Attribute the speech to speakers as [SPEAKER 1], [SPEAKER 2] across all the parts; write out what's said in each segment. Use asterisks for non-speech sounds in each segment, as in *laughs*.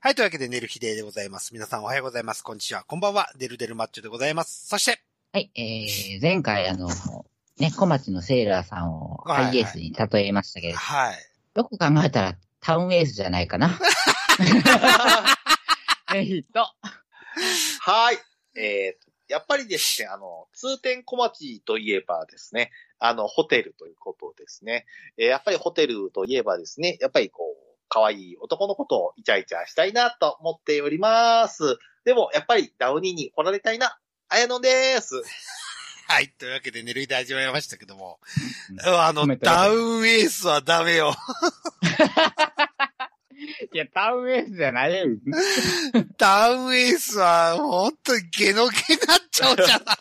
[SPEAKER 1] はい、というわけで、寝る日ででございます。皆さんおはようございます。こんにちは。こんばんは。デルデルマッチョでございます。そして、
[SPEAKER 2] はい、えー、前回あの、ね、小町のセーラーさんを
[SPEAKER 1] はいは
[SPEAKER 2] ハ
[SPEAKER 1] い
[SPEAKER 2] イエースに例えましたけど、
[SPEAKER 1] はい。
[SPEAKER 2] よく考えたらタウンエースじゃない
[SPEAKER 1] *laughs*
[SPEAKER 2] かな。えっと。
[SPEAKER 3] はい。えーやっぱりですね、あの、通天小町といえばですね、あの、ホテルということですね。えーやっぱりホテルといえばですね、やっぱりこう、可愛い男の子とイチャイチャしたいなと思っております。でも、やっぱりダウニーに来られたいな、あやのんです。
[SPEAKER 1] はい、というわけで、寝る日で始まりましたけども
[SPEAKER 2] う。ん
[SPEAKER 1] あ
[SPEAKER 2] 褒
[SPEAKER 1] の、
[SPEAKER 2] めてくださ
[SPEAKER 1] ダ
[SPEAKER 2] い
[SPEAKER 1] ウンエースはダメよ。
[SPEAKER 2] いや、タウンエースじゃないよ。
[SPEAKER 1] ダウンエースは、ほんとにゲノゲになっちゃうじゃない。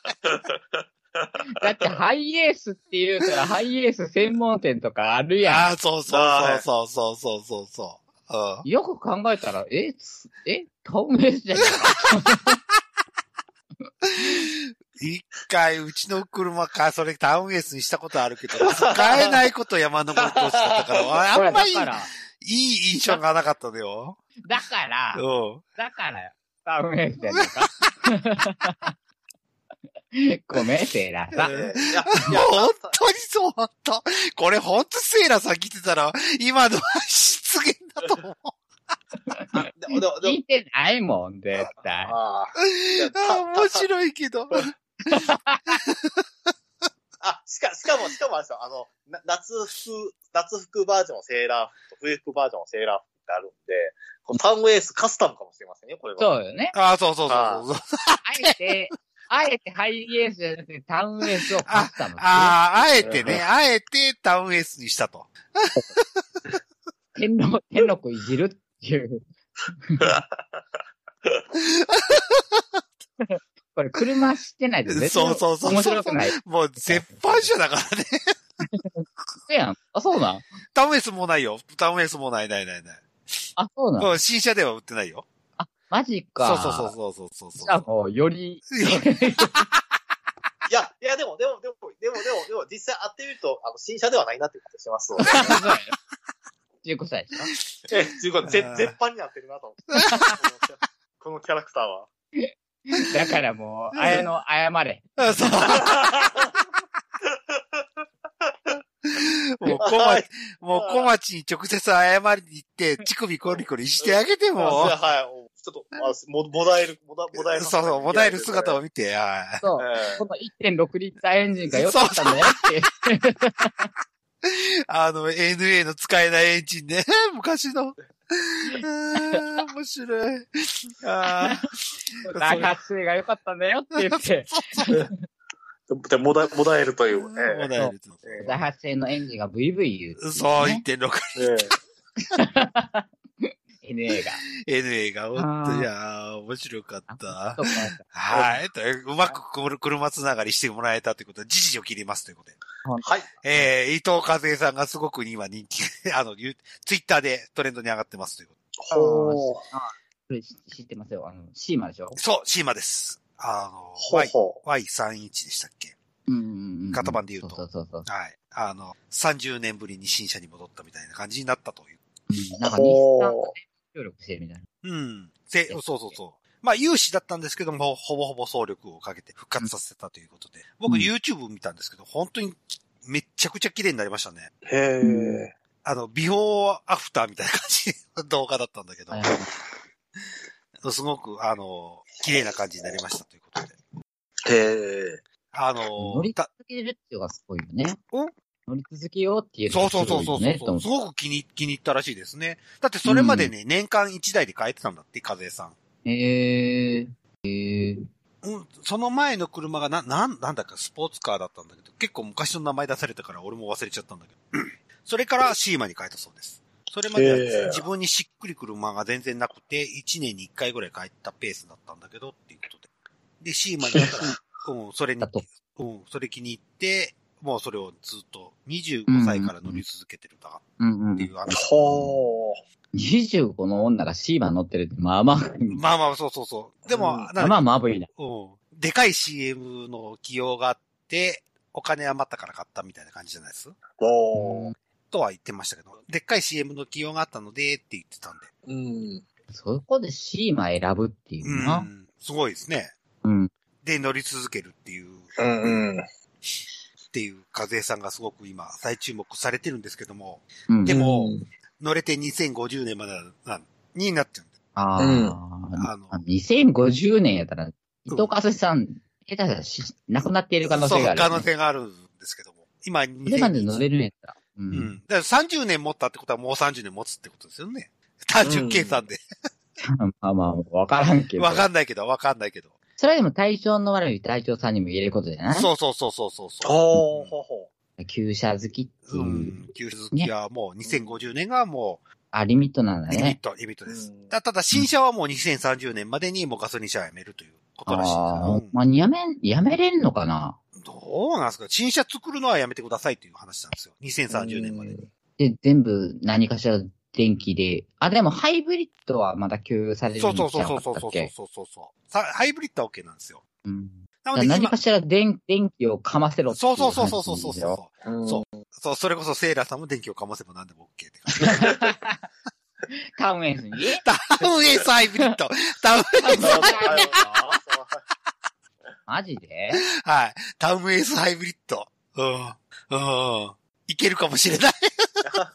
[SPEAKER 2] だってハイエースって言うからハイエース専門店とかあるや
[SPEAKER 1] ああ、そうそうそうそうそうそうそうそう。うん
[SPEAKER 2] ん。よく考えたら、え、つえ、タウンエースじゃない
[SPEAKER 1] 一回、うちの車か、それタウンエースにしたことある
[SPEAKER 2] *laughs*
[SPEAKER 1] けど、使えないこと山登りとしてたから、
[SPEAKER 2] ほ
[SPEAKER 1] あ
[SPEAKER 2] ら
[SPEAKER 1] んま
[SPEAKER 2] だ
[SPEAKER 1] りいい
[SPEAKER 2] から、
[SPEAKER 1] 印象がなかったのよ。
[SPEAKER 2] だから
[SPEAKER 1] う、ん。
[SPEAKER 2] だから、タウンエースじゃないか。 *laughs* ごめん、セーラーさん。
[SPEAKER 3] えーいやいや
[SPEAKER 1] 本当にそう、本当。これ本当セーラさん聞いてたら、今のは失言だと思う。
[SPEAKER 3] あでもでもで
[SPEAKER 2] 聞
[SPEAKER 3] も
[SPEAKER 2] いてないもん、絶対。
[SPEAKER 3] あーいやた
[SPEAKER 1] あ面白いけど。
[SPEAKER 3] あ、しか、しかも、しかもあれですよ、あの、な夏服、夏服バージョンセーラー服と冬服バージョンセーラー服ってあるんで、このタウンエースカスタムかもしれませんね、これは。
[SPEAKER 2] そうよね。
[SPEAKER 1] ああ、そうそうそうそう。
[SPEAKER 2] あえて、 *laughs* あえてハイエースじゃなくてタウンエースをカスタムする。
[SPEAKER 1] ああ、あえてね、あえてタウンエースにしたと。
[SPEAKER 2] 天の、天の子いじるっていう。 *laughs* これ車知ってないと絶対
[SPEAKER 1] そうそうそう
[SPEAKER 2] 面白くない。
[SPEAKER 1] もう絶版車だからね。
[SPEAKER 2] そうやん。あ、そうなん
[SPEAKER 1] タウンエースもうないよ。タウンエースもうないないないない。
[SPEAKER 2] あ、そうなん
[SPEAKER 1] うん新車では売ってないよ。
[SPEAKER 2] マジ
[SPEAKER 1] そ
[SPEAKER 2] か。
[SPEAKER 1] うそうそうそうそうそう
[SPEAKER 2] じゃあもう、より、
[SPEAKER 3] いや、いや、でも、でも、でも、でも、でも、でも、実際会ってみると、あの、新車ではないなっていうことしてますので
[SPEAKER 2] *laughs* 15歳でしょ
[SPEAKER 3] え、すごい、ぜ
[SPEAKER 1] あー
[SPEAKER 3] 絶版になってるなと思って。このキャラクターは。
[SPEAKER 2] だからもう、あやの、謝れ。
[SPEAKER 1] あ
[SPEAKER 3] *laughs*
[SPEAKER 1] そう。もう小町、もう小町に直接謝りに行って、乳首コリコリしてあげても
[SPEAKER 3] あ、はい。ちょっと、あも、もだえる、もだ、もだえる。
[SPEAKER 1] そうそう、もだえる姿を見て、はい
[SPEAKER 2] そう。
[SPEAKER 3] え
[SPEAKER 2] この1.6リッターエンジンが良かったんだよって。
[SPEAKER 1] あの、NA の使えないエンジンね、 *laughs* 昔の。あー面白い。あー
[SPEAKER 2] 中州が良かったんだよって
[SPEAKER 1] *laughs*
[SPEAKER 2] 言って、
[SPEAKER 3] ーで、もだ、もだえるという。
[SPEAKER 1] もだえると
[SPEAKER 3] え
[SPEAKER 2] ダハ製のエンジンがブイブイ言うってい
[SPEAKER 1] そう、
[SPEAKER 2] ね。
[SPEAKER 1] 1.6。
[SPEAKER 3] えええ
[SPEAKER 2] NA が。
[SPEAKER 1] NA が、ほんと、いやー、面白かった。はい。といううまくこる車つながりしてもらえたということで、時事を切りますということで。
[SPEAKER 3] はい。
[SPEAKER 1] えー、伊藤和恵さんがすごく今人気、 *laughs* あの、ゆツイッターでトレンドに上がってますということ
[SPEAKER 3] ほう。
[SPEAKER 2] あそれ知知ってますよ。あの、シーマでしょ
[SPEAKER 1] で。そう、シーマです。あの、
[SPEAKER 3] ほう
[SPEAKER 1] Y、
[SPEAKER 3] ほ
[SPEAKER 1] Y31 でしたっけ
[SPEAKER 2] うんうんうん。
[SPEAKER 1] 型番で言うと
[SPEAKER 2] そうそうそうそ
[SPEAKER 1] はい。あの、30年ぶりに新車に戻ったみたいな感じになったという。
[SPEAKER 2] う。うんなんか日産
[SPEAKER 3] ほ
[SPEAKER 2] と
[SPEAKER 3] う。
[SPEAKER 2] 協力してるみたいな。
[SPEAKER 1] うん。せ、そうそうそう。まあ、有志だったんですけども、ほぼほぼ総力をかけて復活させたということで。僕、
[SPEAKER 2] うん
[SPEAKER 1] YouTube 見たんですけど、本当にめっちゃくちゃ綺麗になりましたね。
[SPEAKER 3] へえ。
[SPEAKER 1] あの、ビフォーアフターみたいな感じの *laughs* 動画だったんだけど
[SPEAKER 2] はい、
[SPEAKER 1] すごく、あの、綺麗な感じになりましたということで。
[SPEAKER 3] へえ。
[SPEAKER 1] あ
[SPEAKER 2] 乗
[SPEAKER 1] の
[SPEAKER 2] り、続
[SPEAKER 1] た
[SPEAKER 2] けるっていうのがすごいよね。
[SPEAKER 1] お
[SPEAKER 2] 乗り続けようっていうの
[SPEAKER 1] そう
[SPEAKER 2] がす
[SPEAKER 1] そうそう
[SPEAKER 2] ご
[SPEAKER 1] そう
[SPEAKER 2] い
[SPEAKER 1] そ
[SPEAKER 2] よ
[SPEAKER 1] う
[SPEAKER 2] ね。
[SPEAKER 1] そう、
[SPEAKER 2] と
[SPEAKER 1] す
[SPEAKER 2] 思
[SPEAKER 1] ごく気に気に入ったらしいですね。だってそれまでね、年間1台で買えてたんだって、風さん。
[SPEAKER 2] うへえ。へえ。
[SPEAKER 1] うん、その前の車がな、なん、なんだかスポーツカーだったんだけど、結構昔の名前出されたから俺も忘れちゃったんだけど。それからシーマに変えたそうです。それまでは
[SPEAKER 3] へえ
[SPEAKER 1] 自分にしっくりくる馬が全然なくて、1年に1回ぐらい変えたペースだったんだけど、っていうことで。で、シーマに
[SPEAKER 2] *laughs*
[SPEAKER 1] なったら、うん、それに
[SPEAKER 2] だ、と。
[SPEAKER 1] うん、それ気に入って、もうそれをずっと25歳から乗り続けてるんだ
[SPEAKER 2] うんうんうん
[SPEAKER 1] ってい。う話。
[SPEAKER 3] ほう。
[SPEAKER 2] 25の女がシーマ乗ってるって、まあまあ、
[SPEAKER 1] まあまあ、そうそうそう。でも、
[SPEAKER 3] うん
[SPEAKER 1] なんだっけ
[SPEAKER 2] まあまぶいな。
[SPEAKER 1] うん。でかい CM の起用があって、お金余ったから買ったみたいな感じじゃないです
[SPEAKER 3] ほう。
[SPEAKER 1] とは言ってましたけど、でっかい CM の起用があったので、って言ってたんで。
[SPEAKER 3] うん。
[SPEAKER 2] そこでシーマ選ぶっていう
[SPEAKER 1] う
[SPEAKER 2] な。
[SPEAKER 1] ん。すごいですね。
[SPEAKER 2] うん。
[SPEAKER 1] で、乗り続けるっていう、
[SPEAKER 3] うんうん。
[SPEAKER 1] っていう、和江さんがすごく今、再注目されてるんですけども、
[SPEAKER 2] うん。
[SPEAKER 1] でも、乗れて2050年までな、になっちゃうんだよ
[SPEAKER 2] あ
[SPEAKER 1] ん
[SPEAKER 2] ー
[SPEAKER 1] あの
[SPEAKER 2] あ、2050年やったら、伊藤和さん、下手したらし亡くなっている可能性がある、
[SPEAKER 1] そう、可能性があるんですけども。今、
[SPEAKER 2] それまで乗れるんやったら。う。
[SPEAKER 1] うんん。だから30年持ったってことはもう30年持つってことですよね。単純計算で。
[SPEAKER 2] *laughs* まあまあ、わからんけど。
[SPEAKER 1] わかんないけど、わかんないけど。
[SPEAKER 2] それはでも体調の悪い隊長さんにも言えることじゃない
[SPEAKER 1] そうそうそうそうそうそう。
[SPEAKER 3] おー、ほうほ
[SPEAKER 2] 旧車好きっていうう、
[SPEAKER 1] ん。旧好きはもう2050年がも
[SPEAKER 2] あ、リミットなんだ
[SPEAKER 1] うリミッ
[SPEAKER 2] ね。
[SPEAKER 1] ト、リミットです
[SPEAKER 3] うん。
[SPEAKER 1] たただ新車はもう2030年までにもうガソリン車はやめるということらしい
[SPEAKER 2] ああ、
[SPEAKER 1] んです
[SPEAKER 2] まあ、やめ、やめれんのかな
[SPEAKER 1] うんどうなんですか新車作るのはやめてくださいという話なんですよ。2030年までに。
[SPEAKER 2] で、全部何かしら電気で。あ、でもハイブリッドはまだ給油されるんじ
[SPEAKER 1] そ
[SPEAKER 2] ゃ
[SPEAKER 1] う
[SPEAKER 2] な
[SPEAKER 1] そ
[SPEAKER 2] か
[SPEAKER 1] うそうそう
[SPEAKER 2] った
[SPEAKER 1] そうそ
[SPEAKER 2] っ
[SPEAKER 1] う
[SPEAKER 2] け
[SPEAKER 1] そうそうそう。さハイブリッドは OK なんですよ。
[SPEAKER 2] うん。
[SPEAKER 1] なの
[SPEAKER 2] だから
[SPEAKER 1] で今
[SPEAKER 2] 何かしら電電気をかませろってい
[SPEAKER 1] そう
[SPEAKER 2] 話
[SPEAKER 1] そうそうそうそうそう
[SPEAKER 2] ですよ
[SPEAKER 1] そう。
[SPEAKER 3] う。
[SPEAKER 1] そそう、それこそセーラーさんも電気をかませば何でも OK って感じ。
[SPEAKER 2] タウンエースに
[SPEAKER 1] タウンエースハイブリッド。タウン、
[SPEAKER 3] うん。そう
[SPEAKER 2] マジで
[SPEAKER 1] はい。タウンエースハイブリッド。うん。うん。いけるかもしれない。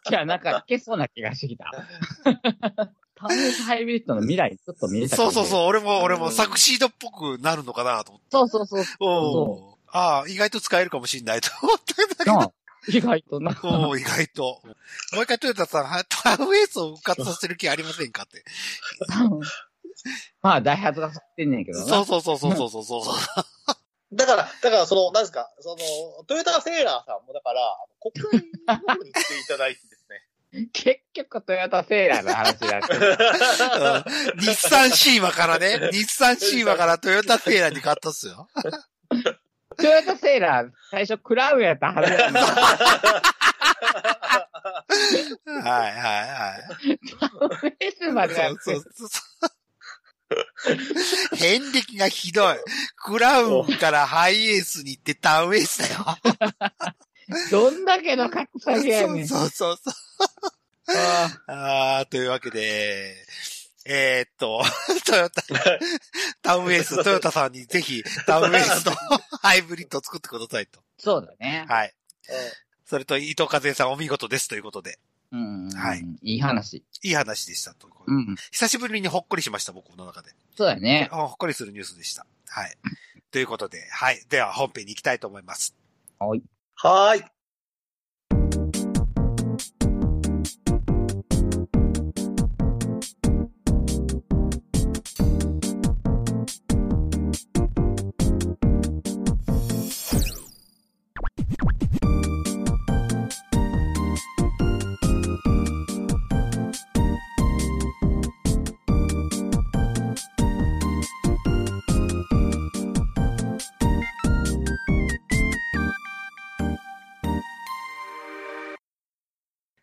[SPEAKER 2] いや、なんかいけそうな気がしてきた。タウンエースハイブリッドの未来、ちょっと見えたけ
[SPEAKER 1] そ
[SPEAKER 2] ど
[SPEAKER 1] うそうそう。俺も、俺
[SPEAKER 3] う
[SPEAKER 1] も
[SPEAKER 3] ん
[SPEAKER 1] サクシードっぽくなるのかなと思って。
[SPEAKER 2] そうそうそう。
[SPEAKER 1] おーああ、意外と使えるかもしれないと思
[SPEAKER 2] *laughs*
[SPEAKER 1] ったんだけど。
[SPEAKER 2] なあ意外とな。
[SPEAKER 1] おー意外と。もう一回トヨタさん、はタウンエースを復活させる気ありませんかって。
[SPEAKER 2] まあ、ダイハツが作ってんねんけどな。
[SPEAKER 1] そうそうそうそうそうそうそう。
[SPEAKER 3] だから、だから、その、なんですか、その、トヨタセーラーさんも、だから、国民の方に来ていただいてですね。
[SPEAKER 2] 結局、トヨタセーラーの話だって。 *laughs*
[SPEAKER 1] うん日産シーマからね、日産シーマからトヨタセーラーに買ったっすよ。
[SPEAKER 2] トヨタセーラー、最初クラウンやったはずやのに
[SPEAKER 1] はいはいはい。
[SPEAKER 2] フェスまでやって
[SPEAKER 1] そうそうそう。遍歴がひどい。クラウンからハイエースに行ってタウンエースだよ。
[SPEAKER 2] どんだけの格差げやねん。
[SPEAKER 1] そうそうそう。
[SPEAKER 2] あ
[SPEAKER 1] あーというわけで、えーっと、 *laughs* トヨタ、タウンエー *laughs* ス、トヨタさんにぜひタウンエースの *laughs* ハイブリッドを作ってくださいと。
[SPEAKER 2] そうだね。
[SPEAKER 1] はい。
[SPEAKER 3] う
[SPEAKER 1] それと伊藤和恵さんお見事ですということで、
[SPEAKER 2] うん。
[SPEAKER 1] はい。
[SPEAKER 2] いい話。
[SPEAKER 1] いい話でしたと。
[SPEAKER 2] うん。
[SPEAKER 1] 久しぶりにほっこりしました、僕の中で。
[SPEAKER 2] そうだね。
[SPEAKER 1] あほっこりするニュースでした。はい。ということで、はい。では本編に行きたいと思います。
[SPEAKER 2] はい。
[SPEAKER 3] んはーい。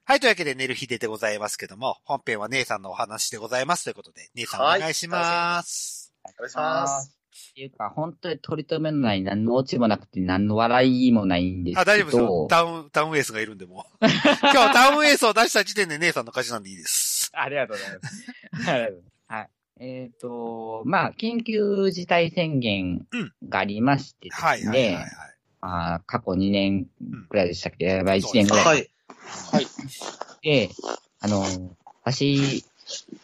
[SPEAKER 1] はい。というわけで、寝る日ででございますけども、本編は姉さんのお話でございますということで、姉さんお
[SPEAKER 3] はい
[SPEAKER 1] 願いします。
[SPEAKER 3] お願いします。
[SPEAKER 2] っていうか、本当に取り留めのない、何のオチもなくて、何の笑いもないんですけど。
[SPEAKER 1] あ、大丈夫ですよ。タウン、タウンエースがいるんでもう。 *laughs* 今日タウンエースを出した時点で姉さんの勝ちなんでいいです。
[SPEAKER 2] ありがとうございます。ありがとうございます。はい。えっ、と、まあ、緊急事態宣言がありましてですね、
[SPEAKER 1] はい、はい、はいはい。
[SPEAKER 2] まあ、過去2年くらいでしたっけ、やばい1年くらい
[SPEAKER 3] い。はい。
[SPEAKER 2] で、あの、私、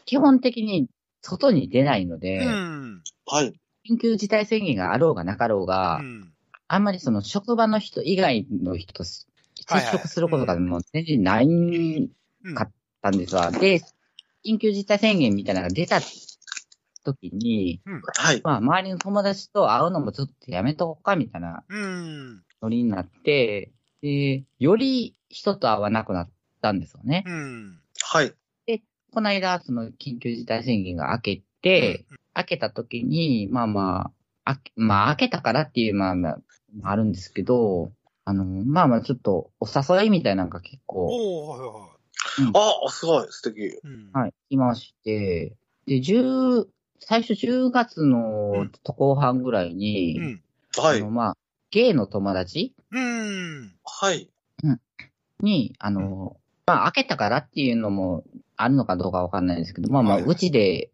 [SPEAKER 2] 基本的に外に出ないので、
[SPEAKER 1] うん。
[SPEAKER 3] はい。
[SPEAKER 2] 緊急事態宣言があろうがなかろうが、
[SPEAKER 1] うん。
[SPEAKER 2] あんまりその職場の人以外の人と接
[SPEAKER 1] はいはい
[SPEAKER 2] 触することがもう全然ないん
[SPEAKER 1] うん
[SPEAKER 2] かだったんですわ。で、緊急事態宣言みたいなのが出た時に、
[SPEAKER 3] はい。
[SPEAKER 2] まあ、周りの友達と会うのもちょっとやめとこうか、みたいな
[SPEAKER 1] うん。
[SPEAKER 2] ノリになって、で、より人と会わなくなったんですよね。
[SPEAKER 1] うん。
[SPEAKER 3] はい。
[SPEAKER 2] この間、その緊急事態宣言が明けて、明けた時に、まあまあ、あけまあ明けたからっていう、まあまあ、まああるんですけど、あの、まあまあちょっとお誘いみたいなのが結構、
[SPEAKER 1] おー、はいはいは
[SPEAKER 3] あ、すごい、素敵。
[SPEAKER 1] い。うん。
[SPEAKER 2] はい、いまして、で、10、最初10月の後半ぐらいに、
[SPEAKER 1] うん。
[SPEAKER 3] は
[SPEAKER 2] あの
[SPEAKER 3] い。
[SPEAKER 2] まあ、ゲイの友達
[SPEAKER 1] うん。
[SPEAKER 3] はい。
[SPEAKER 2] に、あの、まあ、開けたからっていうのもあるのかどうかわかんないですけど、まあまあ、
[SPEAKER 1] はいはいう
[SPEAKER 2] ちで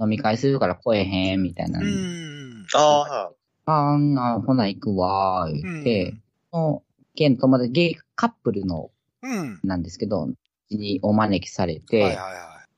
[SPEAKER 2] 飲み会するから来えへん、みたいな
[SPEAKER 1] うんん。
[SPEAKER 2] で。
[SPEAKER 3] ああ、
[SPEAKER 2] あんな、ほな行くわ、
[SPEAKER 1] う
[SPEAKER 2] 言
[SPEAKER 1] ん
[SPEAKER 2] って、の、県の友達、ゲイカップルの、
[SPEAKER 1] うん。
[SPEAKER 2] なんですけど、うちにお招きされ
[SPEAKER 1] はい
[SPEAKER 2] て、
[SPEAKER 1] はいは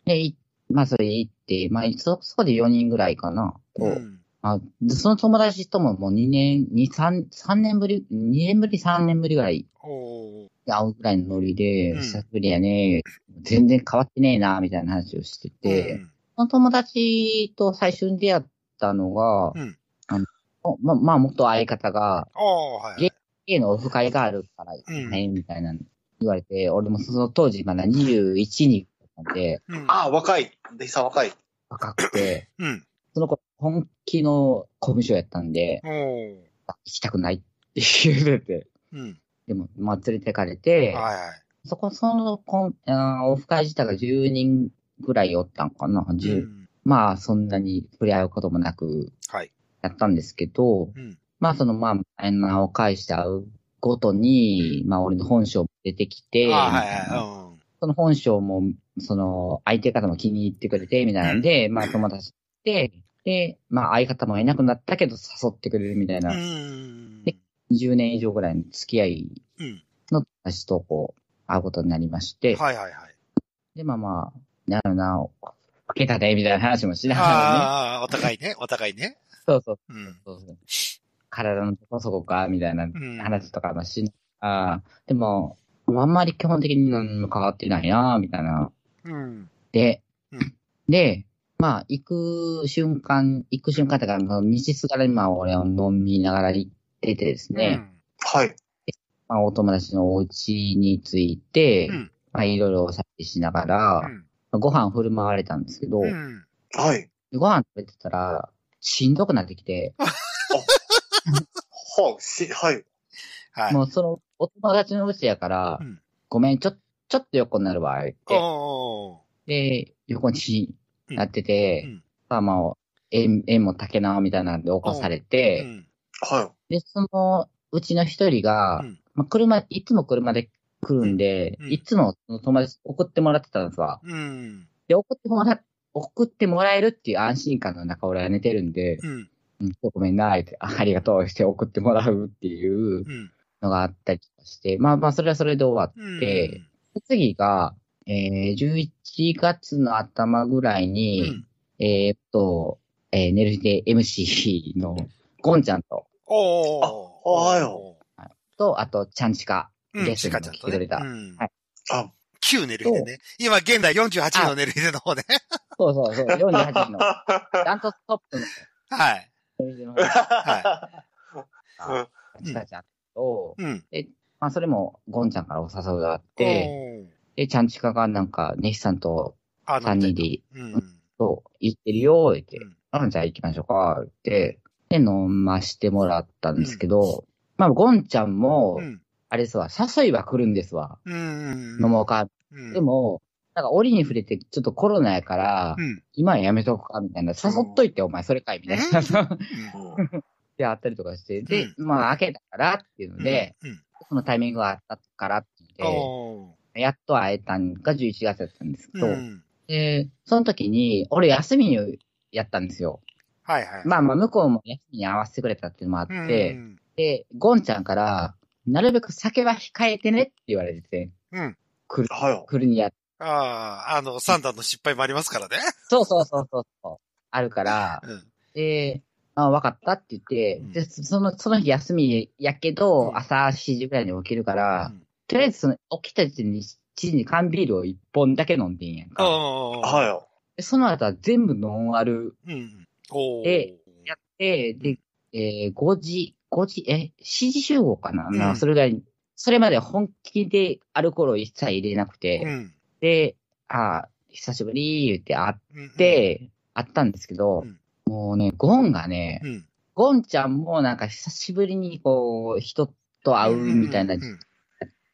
[SPEAKER 2] で、いまあ、それ行って、まあ、そ、そこで4人ぐらいかな、
[SPEAKER 1] い。
[SPEAKER 2] と、
[SPEAKER 1] うん。
[SPEAKER 2] あでその友達とももう2年、2、3、三年ぶり、2年ぶり、3年ぶりぐらい
[SPEAKER 1] おー
[SPEAKER 2] 会うぐらいのノリで、
[SPEAKER 1] うん
[SPEAKER 2] 久しぶりやね、全然変わってねえな、みたいな話をしてて、
[SPEAKER 1] うん
[SPEAKER 2] その友達と最初に出会ったのが、
[SPEAKER 1] うん
[SPEAKER 2] あのおままあ、元相方が、
[SPEAKER 1] ああ、はいはい。
[SPEAKER 2] ゲイのオフ会があるから、
[SPEAKER 1] ん
[SPEAKER 2] ね、みたいなの言われて、俺もその当時まだ21人だったんで、
[SPEAKER 1] うん
[SPEAKER 3] ああ、若い。デイさん若い。
[SPEAKER 2] 若くて、
[SPEAKER 1] うん。
[SPEAKER 2] その子本気のコミュ障やったんで、
[SPEAKER 1] おー
[SPEAKER 2] 行きたくないって言うてて、
[SPEAKER 1] うん。
[SPEAKER 2] でも、まあ、連れてかれて、
[SPEAKER 1] はいはい。
[SPEAKER 2] そこ、そのコン、あーオフ会自体が10人ぐらいおったんかな、
[SPEAKER 1] う
[SPEAKER 2] 10、
[SPEAKER 1] ん。
[SPEAKER 2] まあ、そんなに触れ合うこともなく、
[SPEAKER 1] はい。
[SPEAKER 2] やったんですけど、
[SPEAKER 1] うん。
[SPEAKER 2] まあ、その、まあ、前のを返して会うごとに、まあ、俺の本性も出てきて、
[SPEAKER 1] ああ、は
[SPEAKER 2] み
[SPEAKER 1] い
[SPEAKER 2] たいな
[SPEAKER 1] は
[SPEAKER 2] その本性も、その、相手方も気に入ってくれて、みたいなんで、まあ、友達で、で、まあ、相方もいなくなったけど誘ってくれるみたい
[SPEAKER 1] い。う
[SPEAKER 2] な、
[SPEAKER 1] ん。
[SPEAKER 2] 20年以上ぐらいの付き合い
[SPEAKER 1] うん。うん。
[SPEAKER 2] の友達とこう、会うことになりまして、
[SPEAKER 1] はいはいはい。
[SPEAKER 2] で、まあまあ、なるな、老けたで、みたいな話もしながらね。
[SPEAKER 1] ああ、お互いね、お互いね。
[SPEAKER 2] そうそう
[SPEAKER 1] うん。
[SPEAKER 2] そうそう。体のどこそこか、みたいな
[SPEAKER 1] うん
[SPEAKER 2] 話とかもしながら、でも、あんまり基本的に何も変わってないな、みたいな。
[SPEAKER 1] うん。
[SPEAKER 2] で、
[SPEAKER 1] うん
[SPEAKER 2] で、まあ、行く瞬間、行く瞬間だから、もう道すがらにまあ、俺は飲みながら行っててですね、
[SPEAKER 3] はい。
[SPEAKER 2] まあ、お友達のお家に着いて、
[SPEAKER 1] うん
[SPEAKER 2] まあ、いろいろおしゃべりしなが
[SPEAKER 1] う
[SPEAKER 2] ら、
[SPEAKER 1] ん。
[SPEAKER 2] まあご飯振る舞われたんですけど、
[SPEAKER 1] うん。
[SPEAKER 3] はい。
[SPEAKER 2] でご飯食べてたら、しんどくなってきて、
[SPEAKER 3] はあ、し、はい。
[SPEAKER 1] はい。
[SPEAKER 2] もうその、お友達のうちやから、
[SPEAKER 1] うん
[SPEAKER 2] ごめん、ちょ、ちょっと横になるわ、言って、
[SPEAKER 1] おー
[SPEAKER 2] で、横になってて、
[SPEAKER 1] うんうん
[SPEAKER 2] まあまあ、縁、縁も竹縄みたいなんで起こされて、
[SPEAKER 1] うん。
[SPEAKER 3] は
[SPEAKER 2] で、その、うちの一人が、
[SPEAKER 1] うん
[SPEAKER 2] まあ、車、いつも車で来るんで、
[SPEAKER 1] うんうん
[SPEAKER 2] いつもその友達送ってもらってたんですわ。
[SPEAKER 1] うん。
[SPEAKER 2] で、送ってもら、送ってもらえるっていう安心感の中、俺は寝てるんで、
[SPEAKER 1] うん。
[SPEAKER 2] うん、ごめんな、って、あありがとうして送ってもらうっていう
[SPEAKER 1] うん。
[SPEAKER 2] のがあったりとかして、まあまあ、それはそれで終わっ
[SPEAKER 1] うん。
[SPEAKER 2] でて、次が、えー、11月の頭ぐらいうに、
[SPEAKER 1] ん。
[SPEAKER 2] えーっと、えー、寝る日で MC のゴンちゃんと、
[SPEAKER 1] おー
[SPEAKER 3] あはいよ
[SPEAKER 2] と、あと、ちゃんちか、
[SPEAKER 1] うん。
[SPEAKER 2] ゲスト
[SPEAKER 1] か
[SPEAKER 2] に
[SPEAKER 1] ちゃん
[SPEAKER 2] も来
[SPEAKER 1] と
[SPEAKER 2] てく
[SPEAKER 1] ね
[SPEAKER 2] れた。
[SPEAKER 1] うん
[SPEAKER 2] はい
[SPEAKER 3] い。あ、
[SPEAKER 1] 旧ネルヒデね。今、現代48のネルヒデの方ね。 *laughs*
[SPEAKER 2] そうそうそう、48の、ダントツトップの
[SPEAKER 1] はい。
[SPEAKER 2] ネルヒデの方
[SPEAKER 1] は
[SPEAKER 2] が、ちかちゃんと、
[SPEAKER 1] うん。
[SPEAKER 2] まあ、それも、ゴンちゃんからお誘いがあって、
[SPEAKER 1] おー、
[SPEAKER 2] で、ちゃんちかがなんか、ネヒさんと
[SPEAKER 1] あ
[SPEAKER 2] 3人で、
[SPEAKER 1] うん。
[SPEAKER 2] そう、言ってるよ、言って
[SPEAKER 1] うん、
[SPEAKER 2] あ、じゃあ行きましょうか、言って、で、飲ましてもらったんですけど、まあ、ゴンちゃんも、
[SPEAKER 1] うん。
[SPEAKER 2] あれですわ、誘いは来るんですわ、
[SPEAKER 1] うん。
[SPEAKER 2] 飲もうか。
[SPEAKER 1] うん。
[SPEAKER 2] でも、なんか折に触れて、ちょっとコロナやから、
[SPEAKER 1] うん、
[SPEAKER 2] 今はやめとくか、みたいな、誘っといて、お前それかい、みたいな、
[SPEAKER 3] うん。
[SPEAKER 2] であったりとかして、で、まあ、開けたからっていう
[SPEAKER 1] う
[SPEAKER 2] の
[SPEAKER 1] ん。
[SPEAKER 2] で、
[SPEAKER 1] うん、
[SPEAKER 2] そのタイミングがあったからっていうの
[SPEAKER 1] お
[SPEAKER 2] で、やっと会えたんが11月だったんですけ
[SPEAKER 1] ー
[SPEAKER 2] ど、
[SPEAKER 1] うん。
[SPEAKER 2] で、その時に、俺休みにやったんですよ。
[SPEAKER 1] はいはい。
[SPEAKER 2] まあまあ、向こうも休みに合わせてくれたっていうのもあって、
[SPEAKER 1] うん。
[SPEAKER 2] で、ゴンちゃんから、なるべく酒は控えてねって言われてて、
[SPEAKER 1] うん。
[SPEAKER 2] 来る、
[SPEAKER 3] は
[SPEAKER 2] 来るにやっ
[SPEAKER 1] ああ、あの、三段の失敗もありますからね。
[SPEAKER 2] そうそうそうそうそう、あるから、
[SPEAKER 1] うん。
[SPEAKER 2] で、あわかったって言って、
[SPEAKER 1] うん
[SPEAKER 2] で、その、その日休みやけど、
[SPEAKER 1] うん
[SPEAKER 2] 朝7時ぐらいに起きるから、
[SPEAKER 1] うん
[SPEAKER 2] とりあえずその、起きた時点に、7時に缶ビールを1本だけ飲んでいいんやんか。
[SPEAKER 3] い。
[SPEAKER 1] おー
[SPEAKER 3] は。
[SPEAKER 2] でその後は全部ノンアル
[SPEAKER 1] うん。おー
[SPEAKER 2] でやって、で、えー5時、5時、え、7時集合かな、ま
[SPEAKER 1] う
[SPEAKER 2] あ
[SPEAKER 1] ん
[SPEAKER 2] それぐらいに、それまで本気でアルコールを一切入れなくて、
[SPEAKER 1] うん。
[SPEAKER 2] で、ああ、久しぶり言って会っ
[SPEAKER 1] うん、
[SPEAKER 2] て、会ったんですけど、
[SPEAKER 1] うん
[SPEAKER 2] もうね、ゴンがね、
[SPEAKER 1] うん。
[SPEAKER 2] ゴンちゃんもなんか久しぶりにこう、人と会うみたいな、
[SPEAKER 1] うんうんうん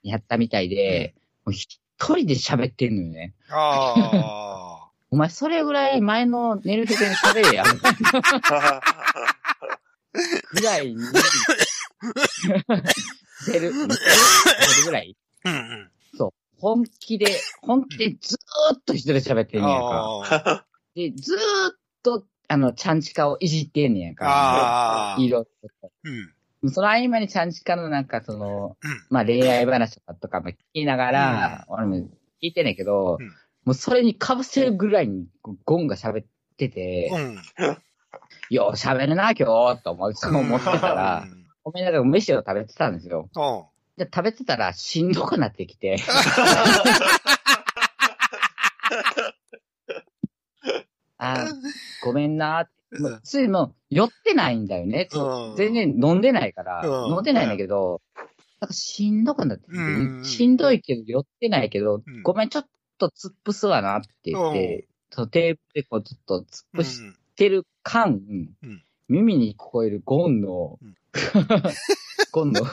[SPEAKER 2] やったみたいで、もう一人で喋ってんのよね。
[SPEAKER 1] ああ。
[SPEAKER 2] お前それぐらい前の寝る時に喋れや、みたいないぐら
[SPEAKER 1] *laughs*
[SPEAKER 2] いに、出る、出るぐらい
[SPEAKER 1] うんうん。
[SPEAKER 2] 本気で、本気でずーっと一人で喋ってんねやんか。
[SPEAKER 1] あー
[SPEAKER 2] で、ずーっと、あの、ちゃんちかをいじってんねやんか。
[SPEAKER 1] あー。
[SPEAKER 2] いろいろと。
[SPEAKER 1] うん。
[SPEAKER 2] その合間にちゃんちかのなんかその、
[SPEAKER 1] うん。
[SPEAKER 2] まあ恋愛話とかとかも聞きながら、俺も聞いてんねんけど、
[SPEAKER 1] うん
[SPEAKER 2] もうそれに被せるぐらいにゴンが喋ってて、
[SPEAKER 1] うん。
[SPEAKER 2] よう喋るな今日
[SPEAKER 1] *laughs*
[SPEAKER 2] と思って思ってたら
[SPEAKER 1] う、ん
[SPEAKER 2] おめながら飯を食べてたんですよ。
[SPEAKER 1] うん。
[SPEAKER 2] で、食べてたらしんどくなって
[SPEAKER 1] *laughs*
[SPEAKER 2] きて、あーごめんなーって
[SPEAKER 1] うん
[SPEAKER 2] ついもう、酔ってないんだよね。
[SPEAKER 1] うん
[SPEAKER 2] 全然飲んでないから、
[SPEAKER 1] うん
[SPEAKER 2] 飲んでないんだけど、なんかしんどくなってきて、
[SPEAKER 1] うん
[SPEAKER 2] しんどいけど酔ってないけど、
[SPEAKER 1] うん
[SPEAKER 2] ごめん、ちょっと突っ伏すわなって言って、そのテープでこうちょっと突っ
[SPEAKER 1] う
[SPEAKER 2] 伏し
[SPEAKER 1] ん。
[SPEAKER 2] てる
[SPEAKER 1] う
[SPEAKER 2] 間、
[SPEAKER 1] ん
[SPEAKER 2] 耳に聞こえるゴンの、
[SPEAKER 1] うん
[SPEAKER 2] *laughs* ゴンの、チ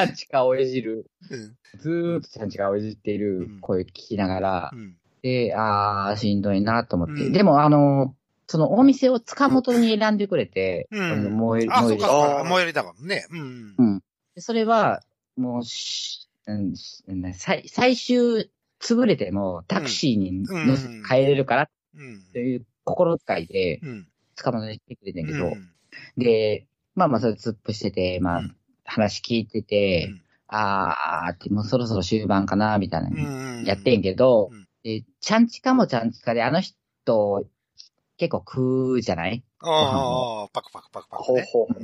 [SPEAKER 2] ャンチカをいじる、
[SPEAKER 1] うん
[SPEAKER 2] ずーっとチャンチカをいじっている声聞きながら、
[SPEAKER 1] うん。
[SPEAKER 2] で、あー、しんどいなと思って。
[SPEAKER 1] うん
[SPEAKER 2] でも、あの、そのお店を塚本に選んでくれて、
[SPEAKER 1] うん
[SPEAKER 2] あの燃える、
[SPEAKER 1] あ、
[SPEAKER 2] 燃
[SPEAKER 1] そ
[SPEAKER 2] え
[SPEAKER 1] う
[SPEAKER 2] る
[SPEAKER 1] か、
[SPEAKER 3] あ
[SPEAKER 1] そう
[SPEAKER 3] ー
[SPEAKER 1] か。燃えりだからね。うん。
[SPEAKER 2] でそれは、もうし、うん、しうん最最終、潰れてもタクシーに
[SPEAKER 1] うん
[SPEAKER 2] 乗せ
[SPEAKER 1] うん
[SPEAKER 2] 帰れるからっ
[SPEAKER 1] うん。
[SPEAKER 2] ていう心遣いで、
[SPEAKER 1] うん。
[SPEAKER 2] 塚本に来てくれてんけど、
[SPEAKER 1] うん
[SPEAKER 2] で、まあまあ、それ突っ伏してて、まあ、
[SPEAKER 1] うん
[SPEAKER 2] 話聞いてて、
[SPEAKER 1] うん
[SPEAKER 2] あーって、もうそろそろ終盤かな、みたいな、
[SPEAKER 1] うん。
[SPEAKER 2] やってんけど、
[SPEAKER 1] うん
[SPEAKER 2] で、ちゃんちかもちゃんちかで、あの人、結構食うじゃない
[SPEAKER 1] ああああ、パクパクパクパク、
[SPEAKER 3] ほう
[SPEAKER 1] ね。
[SPEAKER 3] ほう。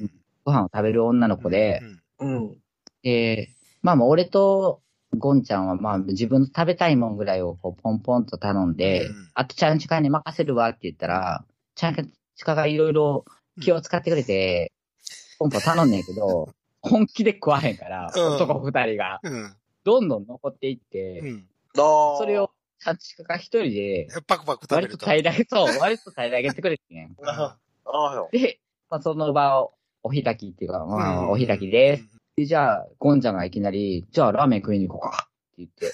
[SPEAKER 2] ご飯を食べる女の子で、
[SPEAKER 1] うん
[SPEAKER 3] うん。
[SPEAKER 2] で、まあもう俺とゴンちゃんはまあ自分の食べたいもんぐらいをこうポンポンと頼んで、
[SPEAKER 1] うん
[SPEAKER 2] あとちゃんちかに任せるわって言ったら、ちゃんちかがいろいろ気を使ってくれて、ポンポン頼んねんけど、
[SPEAKER 1] *laughs*
[SPEAKER 2] 本気で食わへんから、
[SPEAKER 1] うん
[SPEAKER 2] 男二人が、
[SPEAKER 1] うん。
[SPEAKER 2] どんどん残っていって、
[SPEAKER 1] うん。
[SPEAKER 3] あ
[SPEAKER 2] それを。ちゃんちかが一人で、
[SPEAKER 1] パクパク食べ
[SPEAKER 2] 割
[SPEAKER 1] る
[SPEAKER 2] と
[SPEAKER 1] と。
[SPEAKER 2] 平らげ、そう、割と平らげてくれてね。
[SPEAKER 1] うん
[SPEAKER 3] ああよ。
[SPEAKER 2] で、まあ、その場をお開きっていうか、ま
[SPEAKER 1] うん
[SPEAKER 2] あ、お開きです。で、じゃあ、ゴンちゃんがいきなり、じゃあラーメン食いに行こうかって言って、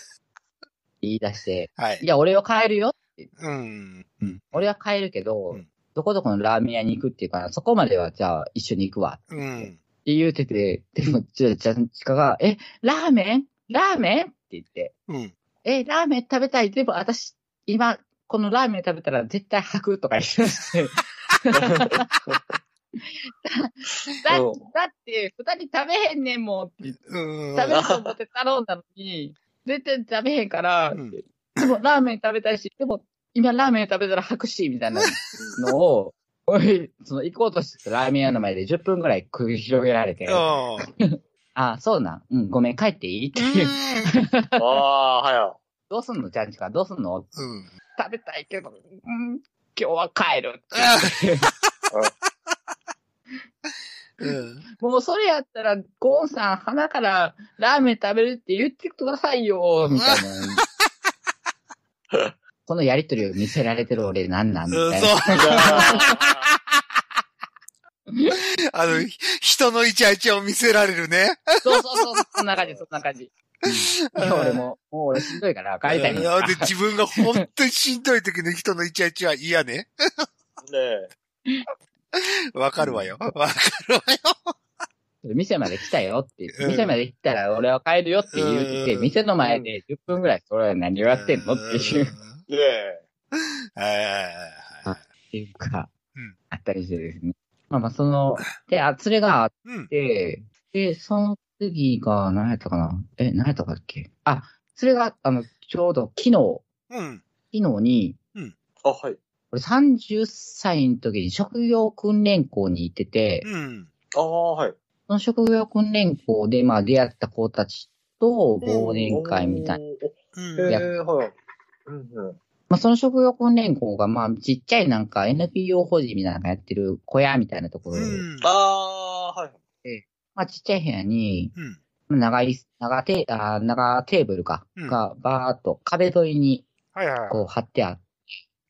[SPEAKER 2] 言い出して、
[SPEAKER 1] はい
[SPEAKER 2] い。や、俺は帰るよ。
[SPEAKER 1] うん。
[SPEAKER 2] 俺は帰るけど、
[SPEAKER 1] うん
[SPEAKER 2] どこどこのラーメン屋に行くっていうから、そこまではじゃあ一緒に行くわ
[SPEAKER 1] うん。うん。
[SPEAKER 2] って言うてて、でも、じゃあ、じゃあ、ちかが、え、ラーメンラーメンって言って、
[SPEAKER 1] うん。
[SPEAKER 2] え、ラーメン食べたい。でも私、今、このラーメン食べたら絶対吐くとか言い出して、だ
[SPEAKER 3] うん
[SPEAKER 2] だって、二人食べへんねんもんって
[SPEAKER 1] うん。
[SPEAKER 2] 食べると思って頼んだのに、全然食べへんから、
[SPEAKER 1] うん
[SPEAKER 2] でもラーメン食べたいし、でも今ラーメン食べたら白紙みたいなのを、 *laughs* おい、その行こうとしてたラーメン屋の前で10分ぐらい繰り広げ
[SPEAKER 1] *laughs*
[SPEAKER 2] られて、あ
[SPEAKER 1] ああ。
[SPEAKER 2] あ、そうなん、うん、ごめん、帰っていいっていう。
[SPEAKER 3] ああ、はよ。
[SPEAKER 2] どうすんの、ちゃんちか、どうすんの
[SPEAKER 1] うん。
[SPEAKER 2] 食べたいけど、うん、今日は帰る。 *laughs*
[SPEAKER 1] うん。
[SPEAKER 2] もうそれやったら、ゴンさん、鼻からラーメン食べるって言ってくださいよ、みたい
[SPEAKER 1] *laughs*
[SPEAKER 2] な。このやりとりを見せられてる俺なんなんみ
[SPEAKER 1] そう
[SPEAKER 2] たいな。。
[SPEAKER 1] あの、人のイチャイチャを見せられるね。
[SPEAKER 2] そうそうそう、そんな感じ、そんな感じ。いや俺も、もう俺しんどいから帰りたいねん
[SPEAKER 1] うんで自分が本当にしんどい時の人のイチャイチャは嫌ね。
[SPEAKER 3] ねえ。
[SPEAKER 1] わかるわよ。わかるわよ。
[SPEAKER 2] 店まで来たよって言って、
[SPEAKER 1] うん
[SPEAKER 2] 店まで来たら俺は帰るよって言うてて、
[SPEAKER 1] うん
[SPEAKER 2] 店の前で10分ぐらいそれは何をやってんのっていう、
[SPEAKER 1] ん。
[SPEAKER 2] っ
[SPEAKER 3] ねえ。
[SPEAKER 1] はいはいはいはい。
[SPEAKER 2] ていうか
[SPEAKER 1] うん、
[SPEAKER 2] あったりしてですね。まあまあ、その、で、あ、それがあっ
[SPEAKER 1] うん。
[SPEAKER 2] で、で、その次が何やったかなえ、何やったかっけあ、それが、あの、ちょうど昨日、
[SPEAKER 1] うん。
[SPEAKER 2] 昨日に、
[SPEAKER 3] あ、はい。
[SPEAKER 2] 俺30歳の時に職業訓練校に行ってて、
[SPEAKER 1] うん。
[SPEAKER 3] ああ、はい。
[SPEAKER 2] その職業訓練校で、まあ出会った子たちと忘年会みたいな。
[SPEAKER 3] な。
[SPEAKER 1] うん。
[SPEAKER 3] え
[SPEAKER 2] や
[SPEAKER 3] え、はよ。うんうん。
[SPEAKER 2] まあその職業訓練校が、まあちっちゃいなんか NPO 法人みたいなのがやってる小屋みたいなところで、
[SPEAKER 1] うん。
[SPEAKER 3] ああー、はい。
[SPEAKER 2] まあちっちゃい部屋に、
[SPEAKER 1] うん。
[SPEAKER 2] 長い、長テあ長テーブルか、
[SPEAKER 1] うん
[SPEAKER 2] がバーっと壁沿いに
[SPEAKER 1] はいはいはい。
[SPEAKER 2] こう貼ってあって、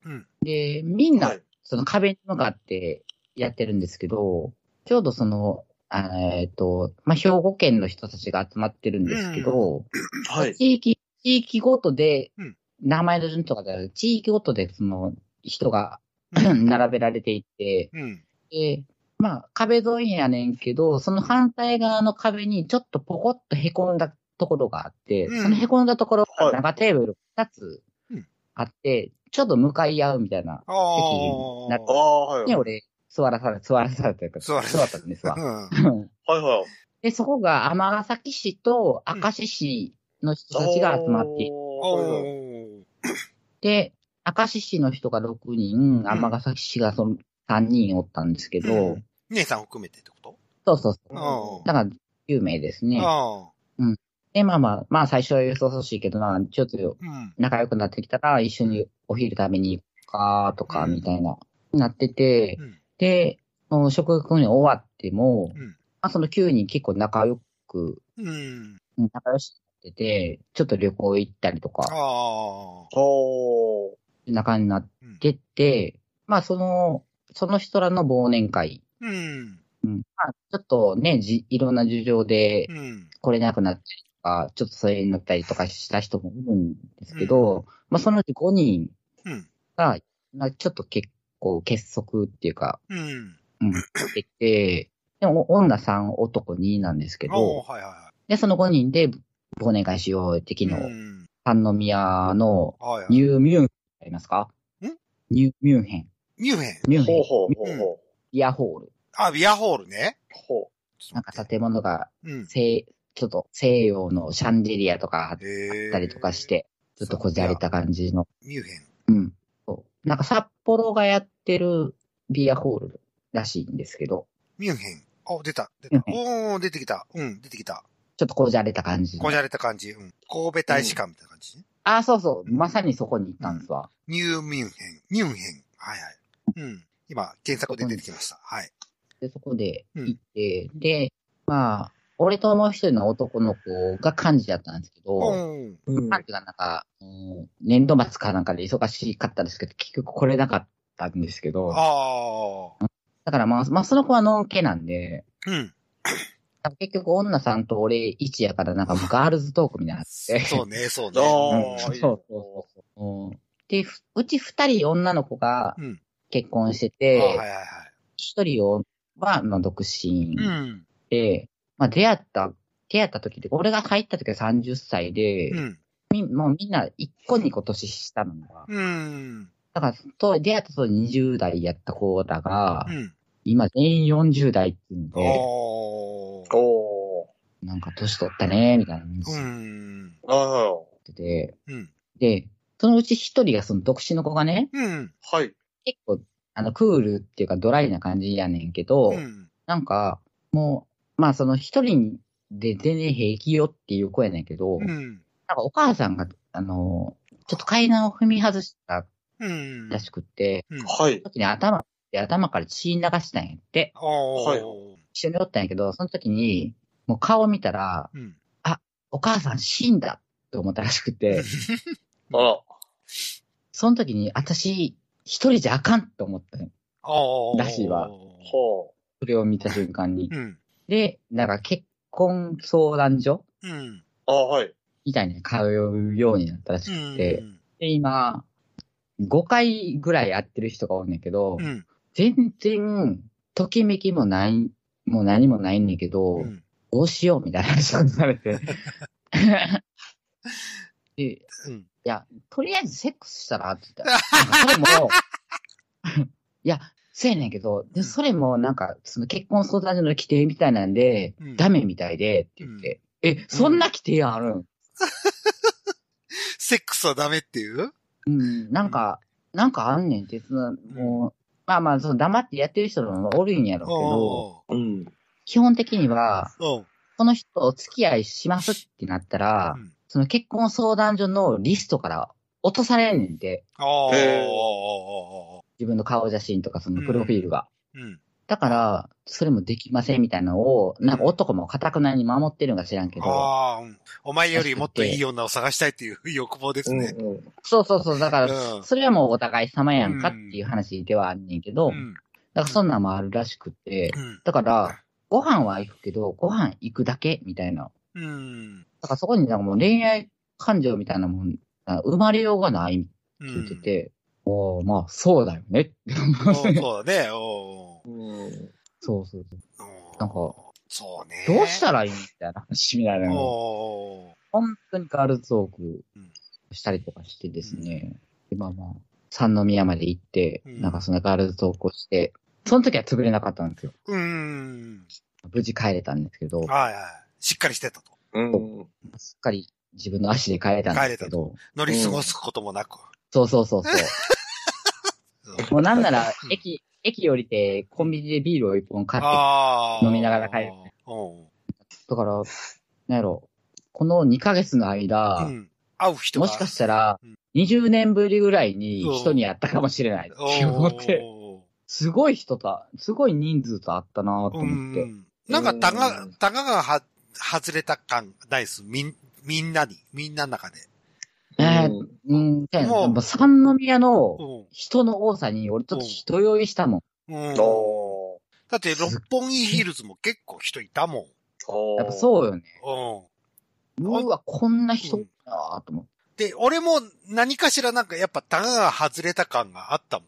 [SPEAKER 1] うん
[SPEAKER 2] で、みんな
[SPEAKER 3] はい、
[SPEAKER 2] その壁に向かってやってるんですけど、ちょうどその、あえっ、と、まあ、兵庫県の人たちが集まってるんですけど、
[SPEAKER 3] はい。
[SPEAKER 2] 地域、地域ごとで、
[SPEAKER 1] うん
[SPEAKER 2] 名前の順とかじゃなくて、地域ごとでその人が
[SPEAKER 1] うん
[SPEAKER 2] *clears throat* 並べられていて、
[SPEAKER 1] うん。
[SPEAKER 2] で、まあ、壁沿いやねんけど、その反対側の壁にちょっとポコッと凹んだところがあって、
[SPEAKER 1] うん
[SPEAKER 2] その凹んだところ
[SPEAKER 3] は
[SPEAKER 2] が
[SPEAKER 3] い
[SPEAKER 2] 長テーブル2つあって、ちょうど向かい合うみたいな、
[SPEAKER 1] ああ。
[SPEAKER 2] なっ
[SPEAKER 3] ああ、はい。
[SPEAKER 2] に俺、座らされ、座らされたというか、
[SPEAKER 1] 座らされ
[SPEAKER 2] ったんですわ。
[SPEAKER 1] うん。
[SPEAKER 3] はいはい。
[SPEAKER 2] で、そこが尼崎市と明石市の人たちが集まってい
[SPEAKER 3] おー
[SPEAKER 1] お
[SPEAKER 2] て、明石市の人が6人、尼崎市がその3人おったんですけど、
[SPEAKER 1] うん姉さん含めてってこと
[SPEAKER 2] そうそうそう。
[SPEAKER 1] うん
[SPEAKER 2] だから、有名ですね。
[SPEAKER 1] ああ。
[SPEAKER 2] で、まあまあ、まあ最初は予想しいけど、まあ、ちょっと
[SPEAKER 1] うん。
[SPEAKER 2] 仲良くなってきたら、一緒にお昼食べに行くか、とか、
[SPEAKER 1] うん
[SPEAKER 2] みたいな、なってて、
[SPEAKER 1] うん
[SPEAKER 2] で、もう食後に終わっても、
[SPEAKER 1] うん
[SPEAKER 2] まあその9人結構仲良く、
[SPEAKER 1] うん。
[SPEAKER 2] うん仲良しになってて、ちょっと旅行行ったりと
[SPEAKER 1] あ
[SPEAKER 2] か、
[SPEAKER 1] あ。
[SPEAKER 3] おー
[SPEAKER 2] 仲になっ
[SPEAKER 1] うん
[SPEAKER 2] てて、まあその、その人らの忘年会、
[SPEAKER 1] うん。
[SPEAKER 2] まあちょっとね、じいろんな事情で
[SPEAKER 1] う、ん。
[SPEAKER 2] 来れなくなったりとか、ちょっと疎遠になったりとかした人もいるんですけど、まあそのうち5人
[SPEAKER 1] うん。
[SPEAKER 2] が、まあちょっと結構結束っていうか、
[SPEAKER 1] うん。
[SPEAKER 2] うん、できて、でも女3男2なんですけ
[SPEAKER 1] お
[SPEAKER 2] ど、
[SPEAKER 1] ーはいはいは
[SPEAKER 2] で、その5人で忘年会しようって
[SPEAKER 1] い。う
[SPEAKER 2] 昨日、
[SPEAKER 1] ん。
[SPEAKER 2] 三宮の
[SPEAKER 1] はいはい。
[SPEAKER 2] ニューミュンヘンありますか
[SPEAKER 1] ん
[SPEAKER 2] ニューミュンヘン。
[SPEAKER 1] ミュンヘン。
[SPEAKER 2] ミュンヘ
[SPEAKER 3] ほう
[SPEAKER 2] ン。
[SPEAKER 3] ほうほうほう。
[SPEAKER 2] ビアホール。
[SPEAKER 1] あ、ビアホールね。
[SPEAKER 3] ほ
[SPEAKER 1] ちょ
[SPEAKER 2] な
[SPEAKER 1] っ
[SPEAKER 2] ん
[SPEAKER 1] と
[SPEAKER 2] か
[SPEAKER 1] 待って
[SPEAKER 2] 建物が
[SPEAKER 1] うん。
[SPEAKER 2] 西、ちょっと西洋のシャンデリアとかあっ
[SPEAKER 1] へえ。
[SPEAKER 2] たりとかし。て、ちょっとこじゃれた感じの
[SPEAKER 1] ミュンヘン。
[SPEAKER 2] うん。そうなんか札幌がやってるビアホールらしいんですけど、
[SPEAKER 1] ミュンヘン。あ、出た。出
[SPEAKER 2] ミュ
[SPEAKER 1] た
[SPEAKER 2] ン。ヘ
[SPEAKER 1] おー、出てきた。うん、出てきた。
[SPEAKER 2] ちょっとこじゃれた感じの。
[SPEAKER 1] こじゃれた感じ。うん。神戸大使館みたいな感じね。
[SPEAKER 2] あ、そうそう。まさにそこに行ったんですわ。
[SPEAKER 1] ニューミュンヘン。ミュンヘン。はいはい。うん。今、検索で出てきました。はい。
[SPEAKER 2] で、そこで行って、で、まあ、俺ともう一人の男の子が幹事だったんですけど、
[SPEAKER 1] うん。
[SPEAKER 3] う。
[SPEAKER 2] 幹事がなんか、うん年度末かなんかで忙しかったんですけど、結局来れなかったんですけど、
[SPEAKER 1] ああ。
[SPEAKER 2] だからまあ、まあ、その子はのんけなんで、
[SPEAKER 1] うん。
[SPEAKER 2] なんか結局女さんと俺一やからなんかもうガールズトークみたいになって。
[SPEAKER 1] そうね、そう
[SPEAKER 3] あ
[SPEAKER 1] ね。
[SPEAKER 2] うん
[SPEAKER 3] ーいいね
[SPEAKER 2] そうそうそううん。で、ふうち二人女の子が
[SPEAKER 1] うん。
[SPEAKER 2] 結婚して
[SPEAKER 1] あーはいは
[SPEAKER 2] て、
[SPEAKER 1] いはい。
[SPEAKER 2] 一、人は、まあ、独身
[SPEAKER 1] うん。
[SPEAKER 2] で、まあ、出会った、出会った時で、俺が入った時は30歳で、
[SPEAKER 1] うん。
[SPEAKER 2] みもうみんな一個に個年下なのが、
[SPEAKER 1] うん。
[SPEAKER 2] だからと、出会った当時20代やった子らが、
[SPEAKER 1] うん。
[SPEAKER 2] 今全員40代っていうの
[SPEAKER 1] おー。
[SPEAKER 3] お
[SPEAKER 2] で、
[SPEAKER 3] ー
[SPEAKER 2] なんか年取ったね、みたいな感じ
[SPEAKER 1] う
[SPEAKER 2] に
[SPEAKER 1] ん。
[SPEAKER 3] あ
[SPEAKER 2] なってて、
[SPEAKER 1] うん。
[SPEAKER 2] で、そのうち一人がその独身の子がね、
[SPEAKER 1] うん。
[SPEAKER 3] あ、はい。
[SPEAKER 2] 結構、あの、クールっていうかドライな感じやねんけど、
[SPEAKER 1] うん。
[SPEAKER 2] なんか、もう、まあその一人で全然平気よっていう子やねんけど、
[SPEAKER 1] う
[SPEAKER 2] なん
[SPEAKER 1] ん。
[SPEAKER 2] かお母さんが、あの、ちょっと階段を踏み外した
[SPEAKER 1] うん。
[SPEAKER 2] らしくって、
[SPEAKER 1] うん。
[SPEAKER 3] はい。
[SPEAKER 2] その時に頭、頭から血流したんやって、
[SPEAKER 1] おー。
[SPEAKER 3] はい
[SPEAKER 2] 一緒におったんやけど、その時に、もう顔見たら、
[SPEAKER 1] うん。
[SPEAKER 2] お母さん死んだって思ったらしくて、
[SPEAKER 3] あら。
[SPEAKER 2] その時に私、一人じゃあかんって思ったんよ
[SPEAKER 1] おー。
[SPEAKER 2] らしいわ
[SPEAKER 3] ほ
[SPEAKER 2] それを見た瞬間に
[SPEAKER 1] う。ん。
[SPEAKER 2] で、なんか結婚相談所
[SPEAKER 1] うん。
[SPEAKER 3] う。あはい。
[SPEAKER 2] みたいに通うようになったらし
[SPEAKER 1] う
[SPEAKER 2] く
[SPEAKER 1] ん。
[SPEAKER 2] て、で、今、5回ぐらい会ってる人がおんねんけど、
[SPEAKER 1] うん。
[SPEAKER 2] 全然、ときめきもない、もう何もないんだけど、
[SPEAKER 1] うん。
[SPEAKER 2] どうしようみたいな話をされ *laughs* て。でい
[SPEAKER 1] うん
[SPEAKER 2] や、とりあえずセックスしたらって言ったら、なんかそれも、 *laughs* いや、そうやねんけど、でそれもなんか、その結婚相談所の規定みたいなんで、
[SPEAKER 1] うん
[SPEAKER 2] ダメみたいでって言って、え、そんな規定あるん
[SPEAKER 1] セックスはダメっていう
[SPEAKER 2] うん、なんか、なんかあんねんって、その、もう、まあまあ、その黙ってやってる人もおるんやろうけど、
[SPEAKER 1] お
[SPEAKER 3] うん。
[SPEAKER 2] 基本的には、
[SPEAKER 1] ー。うん。
[SPEAKER 2] この人とお付き合いしますってなったら、
[SPEAKER 1] うん
[SPEAKER 2] その結婚相談所のリストから落とされんねんて、
[SPEAKER 1] おー。
[SPEAKER 3] へー
[SPEAKER 1] お
[SPEAKER 2] 自分の顔写真とかそのプロフィールが。
[SPEAKER 1] ーうん。
[SPEAKER 2] だから、それもできませんみたいなのを、なんか男も固くなに守ってるんか知らんけど、
[SPEAKER 1] ああ、うんお前よりもっといい女を探したいっていう欲望ですね。
[SPEAKER 3] うん。
[SPEAKER 2] そうそうそう、だから、
[SPEAKER 1] うん
[SPEAKER 2] それはもうお互い様やんかっていう話ではあんねんけ
[SPEAKER 1] う
[SPEAKER 2] ど、
[SPEAKER 1] ん。
[SPEAKER 2] だからそんなんもあるらしくて、
[SPEAKER 1] うん
[SPEAKER 2] だから、ご飯は行くけど、ご飯行くだけみたいな。
[SPEAKER 1] うん。
[SPEAKER 2] だからそこになんかもう恋愛感情みたいなもん、あ生まれようがないって
[SPEAKER 1] う
[SPEAKER 2] 言って
[SPEAKER 1] ん。
[SPEAKER 2] て、おおまあそうだよね。
[SPEAKER 1] そうそうだね。おー
[SPEAKER 3] うん。
[SPEAKER 2] そうそうそう。なんか、
[SPEAKER 1] そうね。
[SPEAKER 2] どうしたらいいみたいな話みたいなのを
[SPEAKER 1] おー
[SPEAKER 2] 本当にガールズトーク
[SPEAKER 1] うん
[SPEAKER 2] したりとかしてですね、今まあ、三宮まで行って、
[SPEAKER 1] うん
[SPEAKER 2] なんかそのガールズトークをして、その時は潰れなかったんですよ。
[SPEAKER 1] うーん。
[SPEAKER 2] 無事帰れたんですけど、
[SPEAKER 1] はいはい。しっかりしてたと。
[SPEAKER 3] うん。
[SPEAKER 2] すっかり自分の足で帰れたんですけ
[SPEAKER 1] 帰れた
[SPEAKER 2] ど、
[SPEAKER 1] 乗り過ごすこともなく。
[SPEAKER 2] そうそうそうそう。
[SPEAKER 1] *laughs*
[SPEAKER 2] もうなんなら
[SPEAKER 1] う、ん
[SPEAKER 2] 駅、駅降りてコンビニでビールを一本買って、だ
[SPEAKER 1] ああ。
[SPEAKER 2] 飲みながら帰る
[SPEAKER 1] うん。
[SPEAKER 2] から、なんやろ、この2ヶ月の間、
[SPEAKER 1] うん。会う人が。
[SPEAKER 2] もしかしたら
[SPEAKER 1] うん、
[SPEAKER 2] 20年ぶりぐらいに
[SPEAKER 1] うん
[SPEAKER 2] 人に会ったかもしれないって思って、
[SPEAKER 1] おー
[SPEAKER 2] すごい人と、すごい人数と会ったなと
[SPEAKER 1] う
[SPEAKER 2] 思って。
[SPEAKER 1] ん。なんか、たが
[SPEAKER 3] う、ん
[SPEAKER 1] たががは、外れた感ないです。みん、みんなに、みんなの中で。
[SPEAKER 2] えー
[SPEAKER 3] うん
[SPEAKER 2] うん、てん
[SPEAKER 1] もう
[SPEAKER 2] もう三宮の
[SPEAKER 1] う
[SPEAKER 2] 人の多さに俺ちょっと人酔いしたもん。
[SPEAKER 1] ん。うん。
[SPEAKER 3] おー
[SPEAKER 1] だって、六本木ヒルズも結構人いたもん。
[SPEAKER 3] お。
[SPEAKER 2] やっぱそううよね。
[SPEAKER 1] うん。
[SPEAKER 2] うわ、こんな人多いなと思って。
[SPEAKER 1] で、
[SPEAKER 2] *laughs*
[SPEAKER 1] 俺も何かしらなんかやっぱタガが外れた感があったも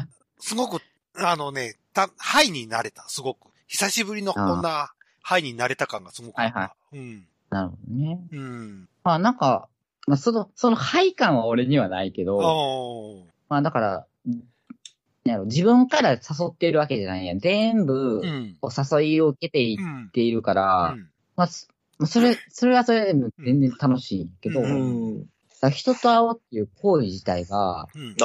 [SPEAKER 1] ん。すごく、あのね、た、ハイになれた、すごく。久しぶりのこんなハイになれた感がすごくあった。
[SPEAKER 2] は
[SPEAKER 1] うん。
[SPEAKER 2] なるほどね。
[SPEAKER 1] うん。
[SPEAKER 2] まあなんか、まあその、その配感は俺にはないけど、
[SPEAKER 1] おー
[SPEAKER 2] まあだから、なんやろ自分から誘ってるわけじゃないやん。全部
[SPEAKER 1] う、ん。
[SPEAKER 2] お誘いを受けていっ
[SPEAKER 1] うん。
[SPEAKER 2] ているから、
[SPEAKER 1] うん
[SPEAKER 2] まあ、すまあそれ、それはそれでも全然楽しいけど、
[SPEAKER 1] うん
[SPEAKER 2] だから
[SPEAKER 3] ん。
[SPEAKER 2] 人と会おうっていう行為自体が
[SPEAKER 1] うん。
[SPEAKER 3] あ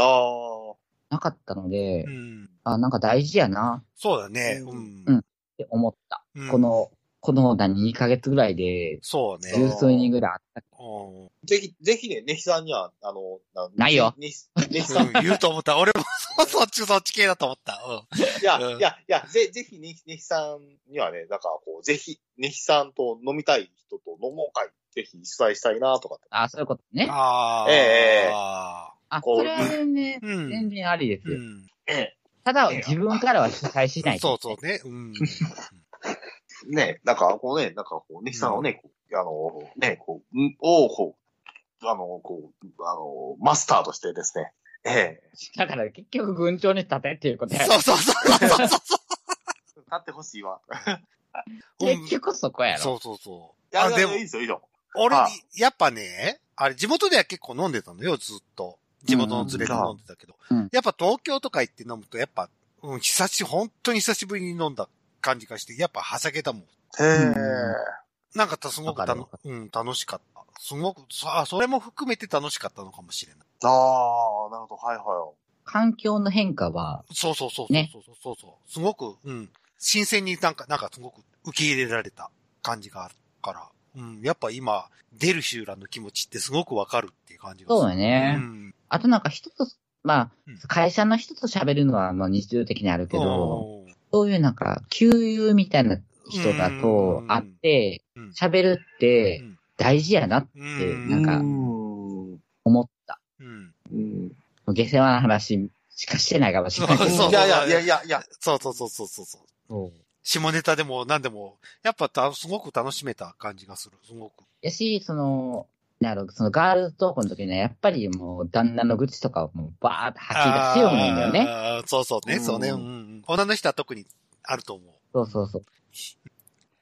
[SPEAKER 3] あ。
[SPEAKER 2] なかったので、
[SPEAKER 1] うん。
[SPEAKER 2] あ、なんか大事やな
[SPEAKER 1] そうだね。う
[SPEAKER 3] うんん。
[SPEAKER 2] って思った。
[SPEAKER 1] うん
[SPEAKER 2] こ、の、この何、2ヶ月ぐらいで、
[SPEAKER 1] そうね。
[SPEAKER 2] 十数人ぐらいあった。
[SPEAKER 1] おー
[SPEAKER 3] ぜひ、ぜひね、ネヒさんには、あの、な
[SPEAKER 2] ないよ
[SPEAKER 3] ネヒネヒさん
[SPEAKER 1] うん、言うと思った。俺もそっち、そっち系だと思った。うん。
[SPEAKER 3] いや、
[SPEAKER 1] うん
[SPEAKER 3] いや、いや、ぜ、ぜひ、ねひ、ねひさんにはね、なんかこう、ぜひ、ねひさんと飲みたい人と飲もう会、ぜひ主催したいな、とかって。
[SPEAKER 2] あ、そういうことね。
[SPEAKER 1] ああ。
[SPEAKER 3] ええええ
[SPEAKER 1] あ
[SPEAKER 2] あ、
[SPEAKER 3] こう
[SPEAKER 2] それは全
[SPEAKER 1] ー
[SPEAKER 2] 然、
[SPEAKER 1] うん。
[SPEAKER 2] 全然ありです
[SPEAKER 1] う
[SPEAKER 2] よ。
[SPEAKER 1] ん。
[SPEAKER 2] ただ、自分からは主催しない。
[SPEAKER 1] そうそうね。
[SPEAKER 2] *laughs*
[SPEAKER 1] うん。
[SPEAKER 3] ね、なんかこうね、なんかこう、ねひさんをね、こうあの、ね、こう、んを、こう、あの、こう、あの、マスターとしてですね、ええ
[SPEAKER 2] だから結局、群青に立てっていうことや。
[SPEAKER 1] そうそう
[SPEAKER 2] *laughs*
[SPEAKER 1] そうそうそうそ
[SPEAKER 3] 立ってほしいわ。
[SPEAKER 1] う。うん
[SPEAKER 2] 結局そこやろ。
[SPEAKER 1] そうそうそう。
[SPEAKER 3] あ、
[SPEAKER 1] あ、
[SPEAKER 3] で
[SPEAKER 1] で
[SPEAKER 3] も、
[SPEAKER 1] も
[SPEAKER 3] いい、ですよ、いいですよ。
[SPEAKER 1] 俺
[SPEAKER 3] あ、
[SPEAKER 1] やっぱね、あれ、地元では結構飲んでたのよ、ずっと。地元の連れで飲んでたけど
[SPEAKER 2] うん。
[SPEAKER 1] やっぱ東京とか行って飲むと、やっぱ、うん、久し、本当に久しぶりに飲んだ感じがして、やっぱはしゃげたもん。
[SPEAKER 3] へえ。
[SPEAKER 1] なんかた、すごく
[SPEAKER 2] わか
[SPEAKER 1] た
[SPEAKER 2] るわ
[SPEAKER 1] の
[SPEAKER 2] か、
[SPEAKER 1] うん、楽しかった。すごく、そあ、それも含めて楽しかったのかもしれない。
[SPEAKER 3] ああ、なるほど、はいは
[SPEAKER 2] 環境の変化は、
[SPEAKER 1] そうそうそうそう
[SPEAKER 2] ね
[SPEAKER 1] そうそうそう。すごく、うん、新鮮になんか、なんかすごく受け入れられた感じがあるから。うん、やっぱ今、出る集団の気持ちってすごくわかるっていう感じがする。
[SPEAKER 2] そうだね
[SPEAKER 1] うん。
[SPEAKER 2] あとなんか人と、まあ
[SPEAKER 1] うん、
[SPEAKER 2] 会社の人と喋るのはまあ日常的にあるけど、
[SPEAKER 1] おー
[SPEAKER 2] そういうなんか、旧友みたいな人だと会って
[SPEAKER 1] うん、
[SPEAKER 2] 喋るって
[SPEAKER 1] うん
[SPEAKER 2] 大事やな。
[SPEAKER 1] うん
[SPEAKER 2] で
[SPEAKER 3] い。
[SPEAKER 2] なんか
[SPEAKER 3] うーん。
[SPEAKER 1] うん。
[SPEAKER 3] うん
[SPEAKER 2] 下世話な話しかしてないかもしれないけど。
[SPEAKER 1] そうそう
[SPEAKER 3] いやいやいやいやいや、
[SPEAKER 1] そうそうそうそうそうそう。
[SPEAKER 2] そう
[SPEAKER 1] 下ネタでも何でも、やっぱたすごく楽しめた感じがする。すごく。
[SPEAKER 2] やし、その、なるそのガールズトークの時にはやっぱりもう旦那の愚痴とかをもうバーって吐き出すようになるんだよね。
[SPEAKER 1] あー。そうそうね、
[SPEAKER 3] うん
[SPEAKER 1] そうね。うんうん。女の人は特にあると思う。
[SPEAKER 2] そうそうそう。